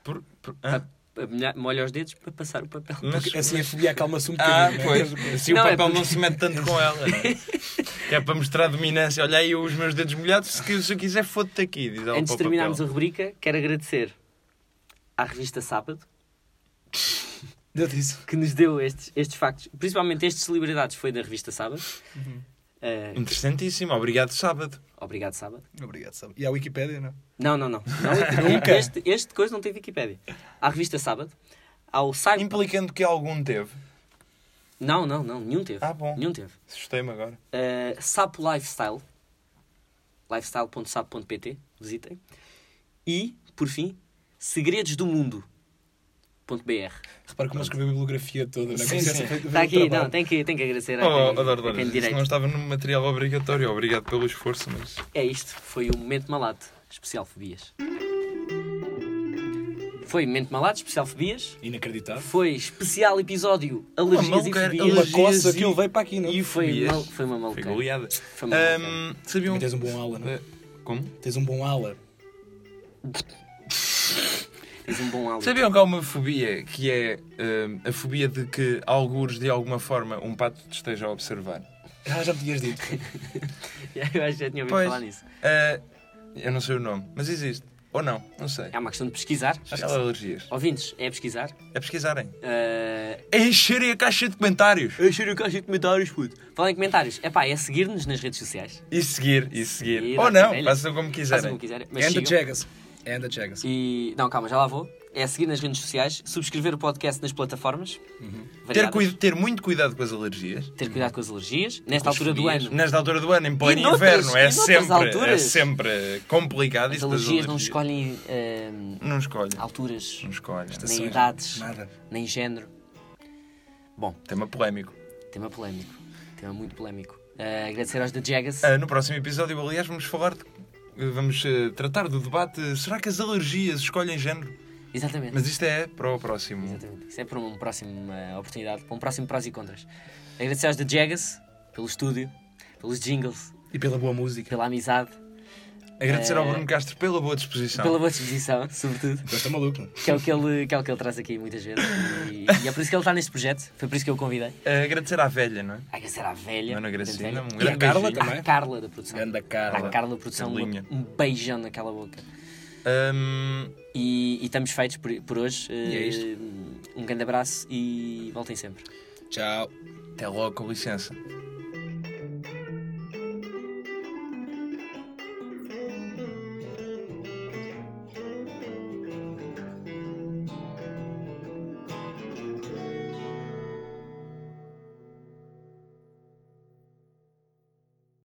S5: Por, por- hã?
S3: Pa- molha- Molha os dedos para passar o papel.
S5: Mas-
S1: Porque assim a fobia acalma-se um
S5: Ah,
S1: bocadinho. não é?
S5: pois. Assim
S3: Não,
S5: o
S3: é
S5: papel
S3: porque-
S5: não se mete tanto com ela. não é? que é para mostrar dominância. Olha aí os meus dedos molhados. Se, que- se eu quiser, foda-te aqui. Diz
S3: Antes
S5: ela para
S3: de
S5: o papel.
S3: terminarmos a rubrica, quero agradecer à revista Sábado,
S1: Eu disse.
S3: que nos deu estes, estes factos. Principalmente estes celebridades foi da revista Sábado.
S5: Uhum.
S3: Eh,
S5: Interessantíssimo. Obrigado, sábado.
S3: obrigado, Sábado.
S1: Obrigado, sabe? E a Wikipédia, não?
S3: Não, não, não. não
S1: Nunca.
S3: Este, este coisa não tem Wikipédia. À revista Sábado. Ao site.
S5: Implicando que algum teve.
S3: Não, não, não. Nenhum teve.
S5: Ah, bom.
S3: Nenhum teve.
S5: Assustei-me agora.
S3: Eh, Sapo Lifestyle. Lifestyle.sapo.pt. Visitem. E, por fim, segredos do mundo.br.
S1: Repara como eu escrevi a bibliografia toda, não é? Como se tivesse feito-
S3: Está Tá aqui,
S1: feito trabalho.
S3: não, tem que, tem que agradecer a,
S5: Oh,
S3: quem,
S5: oh, Dordona,
S3: a quem de
S5: isso
S3: direito.
S5: não estava no material obrigatório. Obrigado pelo esforço, mas...
S3: É isto, foi o Momento Malato, especial fobias. Foi Momento Malato, especial fobias.
S9: Inacreditável.
S3: Foi especial episódio Alergias e
S5: maluca-
S3: Fobias.
S5: alergias
S9: Uma coça
S5: e-
S9: que ele veio para aqui, não?
S5: E
S3: Foi,
S5: fobias.
S3: mal, foi uma maluca.
S5: Foi goleada. Hum,
S3: Foi uma maluca.
S5: Ahm, sabiam...
S9: Também tens um bom ala, não?
S5: Eh, Como?
S9: Tens um bom ala.
S3: Tens um bom áudio.
S5: Sabiam que há uma fobia que é hum, a fobia de que, algures de alguma forma, um pato te esteja a observar?
S9: Ah, já me tinhas dito.
S3: Eu acho que já tinha ouvido
S5: Pois.
S3: falar nisso.
S5: Ah, eu não sei o nome, mas existe. Ou não, não sei.
S3: É uma questão de pesquisar.
S5: Acho que há alergias.
S3: Ouvintes, é pesquisar.
S5: É pesquisarem.
S3: Uh...
S5: É encherem a caixa de comentários.
S3: Deixem a caixa É de comentários, puto. Falem em comentários. É pá, é seguir-nos nas redes sociais.
S5: E seguir, e seguir.
S3: Seguir,
S5: Ou não,
S3: velho.
S5: façam
S3: Fazem o
S5: como quiserem.
S3: que quiserem. Mas
S1: And the
S3: sigam.
S1: Jagas. And the Jagas.
S3: E. Não, calma, já lá vou. É seguir nas redes sociais, subscrever o podcast nas plataformas.
S5: Ter,
S3: variadas.
S5: cuida- Uhum. ter muito cuidado com as alergias.
S3: Ter cuidado com as alergias. Nesta altura do ano,
S5: Nesta altura do ano, em pleno
S3: E noutras-
S5: inverno, é
S3: e noutras
S5: sempre, é
S3: alturas?
S5: sempre complicado.
S3: as
S5: isto das
S3: alergias não escolhem ehm,
S5: Não escolhe.
S3: alturas,
S5: Não escolhe.
S1: Esta-
S3: nem
S1: Estações,
S3: idades,
S1: nada.
S3: nem género. Bom,
S5: Tema polémico.
S3: tema polémico. Tema muito polémico. Eh, agradecer aos da Jagas.
S5: Ah, no próximo episódio, aliás, vamos falar. de- Vamos eh, tratar do debate. Será que as alergias escolhem género?
S3: Exatamente.
S5: Mas isto é para o próximo.
S3: Exatamente. Isso é para uma próxima oportunidade, para um próximo prós e contras. Agradecer aos da Jagas pelo estúdio, pelos jingles,
S1: E pela boa música.
S3: pela amizade,
S5: Agradecer ao Bruno Castro pela boa disposição.
S3: É. pela boa disposição, sobretudo.
S1: Gosta maluco. não?
S3: Que é, o que, ele, que é o que ele traz aqui muitas vezes. E, e é por isso que ele está neste projeto. Foi por isso que eu o convidei.
S5: Ah, agradecer à velha, não é?
S3: Ai, que será velha.
S5: Ana Gracinda,
S3: portanto,
S5: um
S3: velha.
S5: grande
S3: E
S1: Carla
S3: a-
S1: também.
S3: A Ah, Carla da produção.
S1: Grande
S3: A
S1: Carla.
S3: Carla da produção.
S5: Carlinha.
S3: Um beijão naquela boca.
S5: Ahm,
S3: E, e estamos feitos por, por hoje.
S5: E é
S3: Eh,
S5: isto.
S3: Um grande abraço e voltem sempre.
S1: Tchau.
S5: até logo, com licença.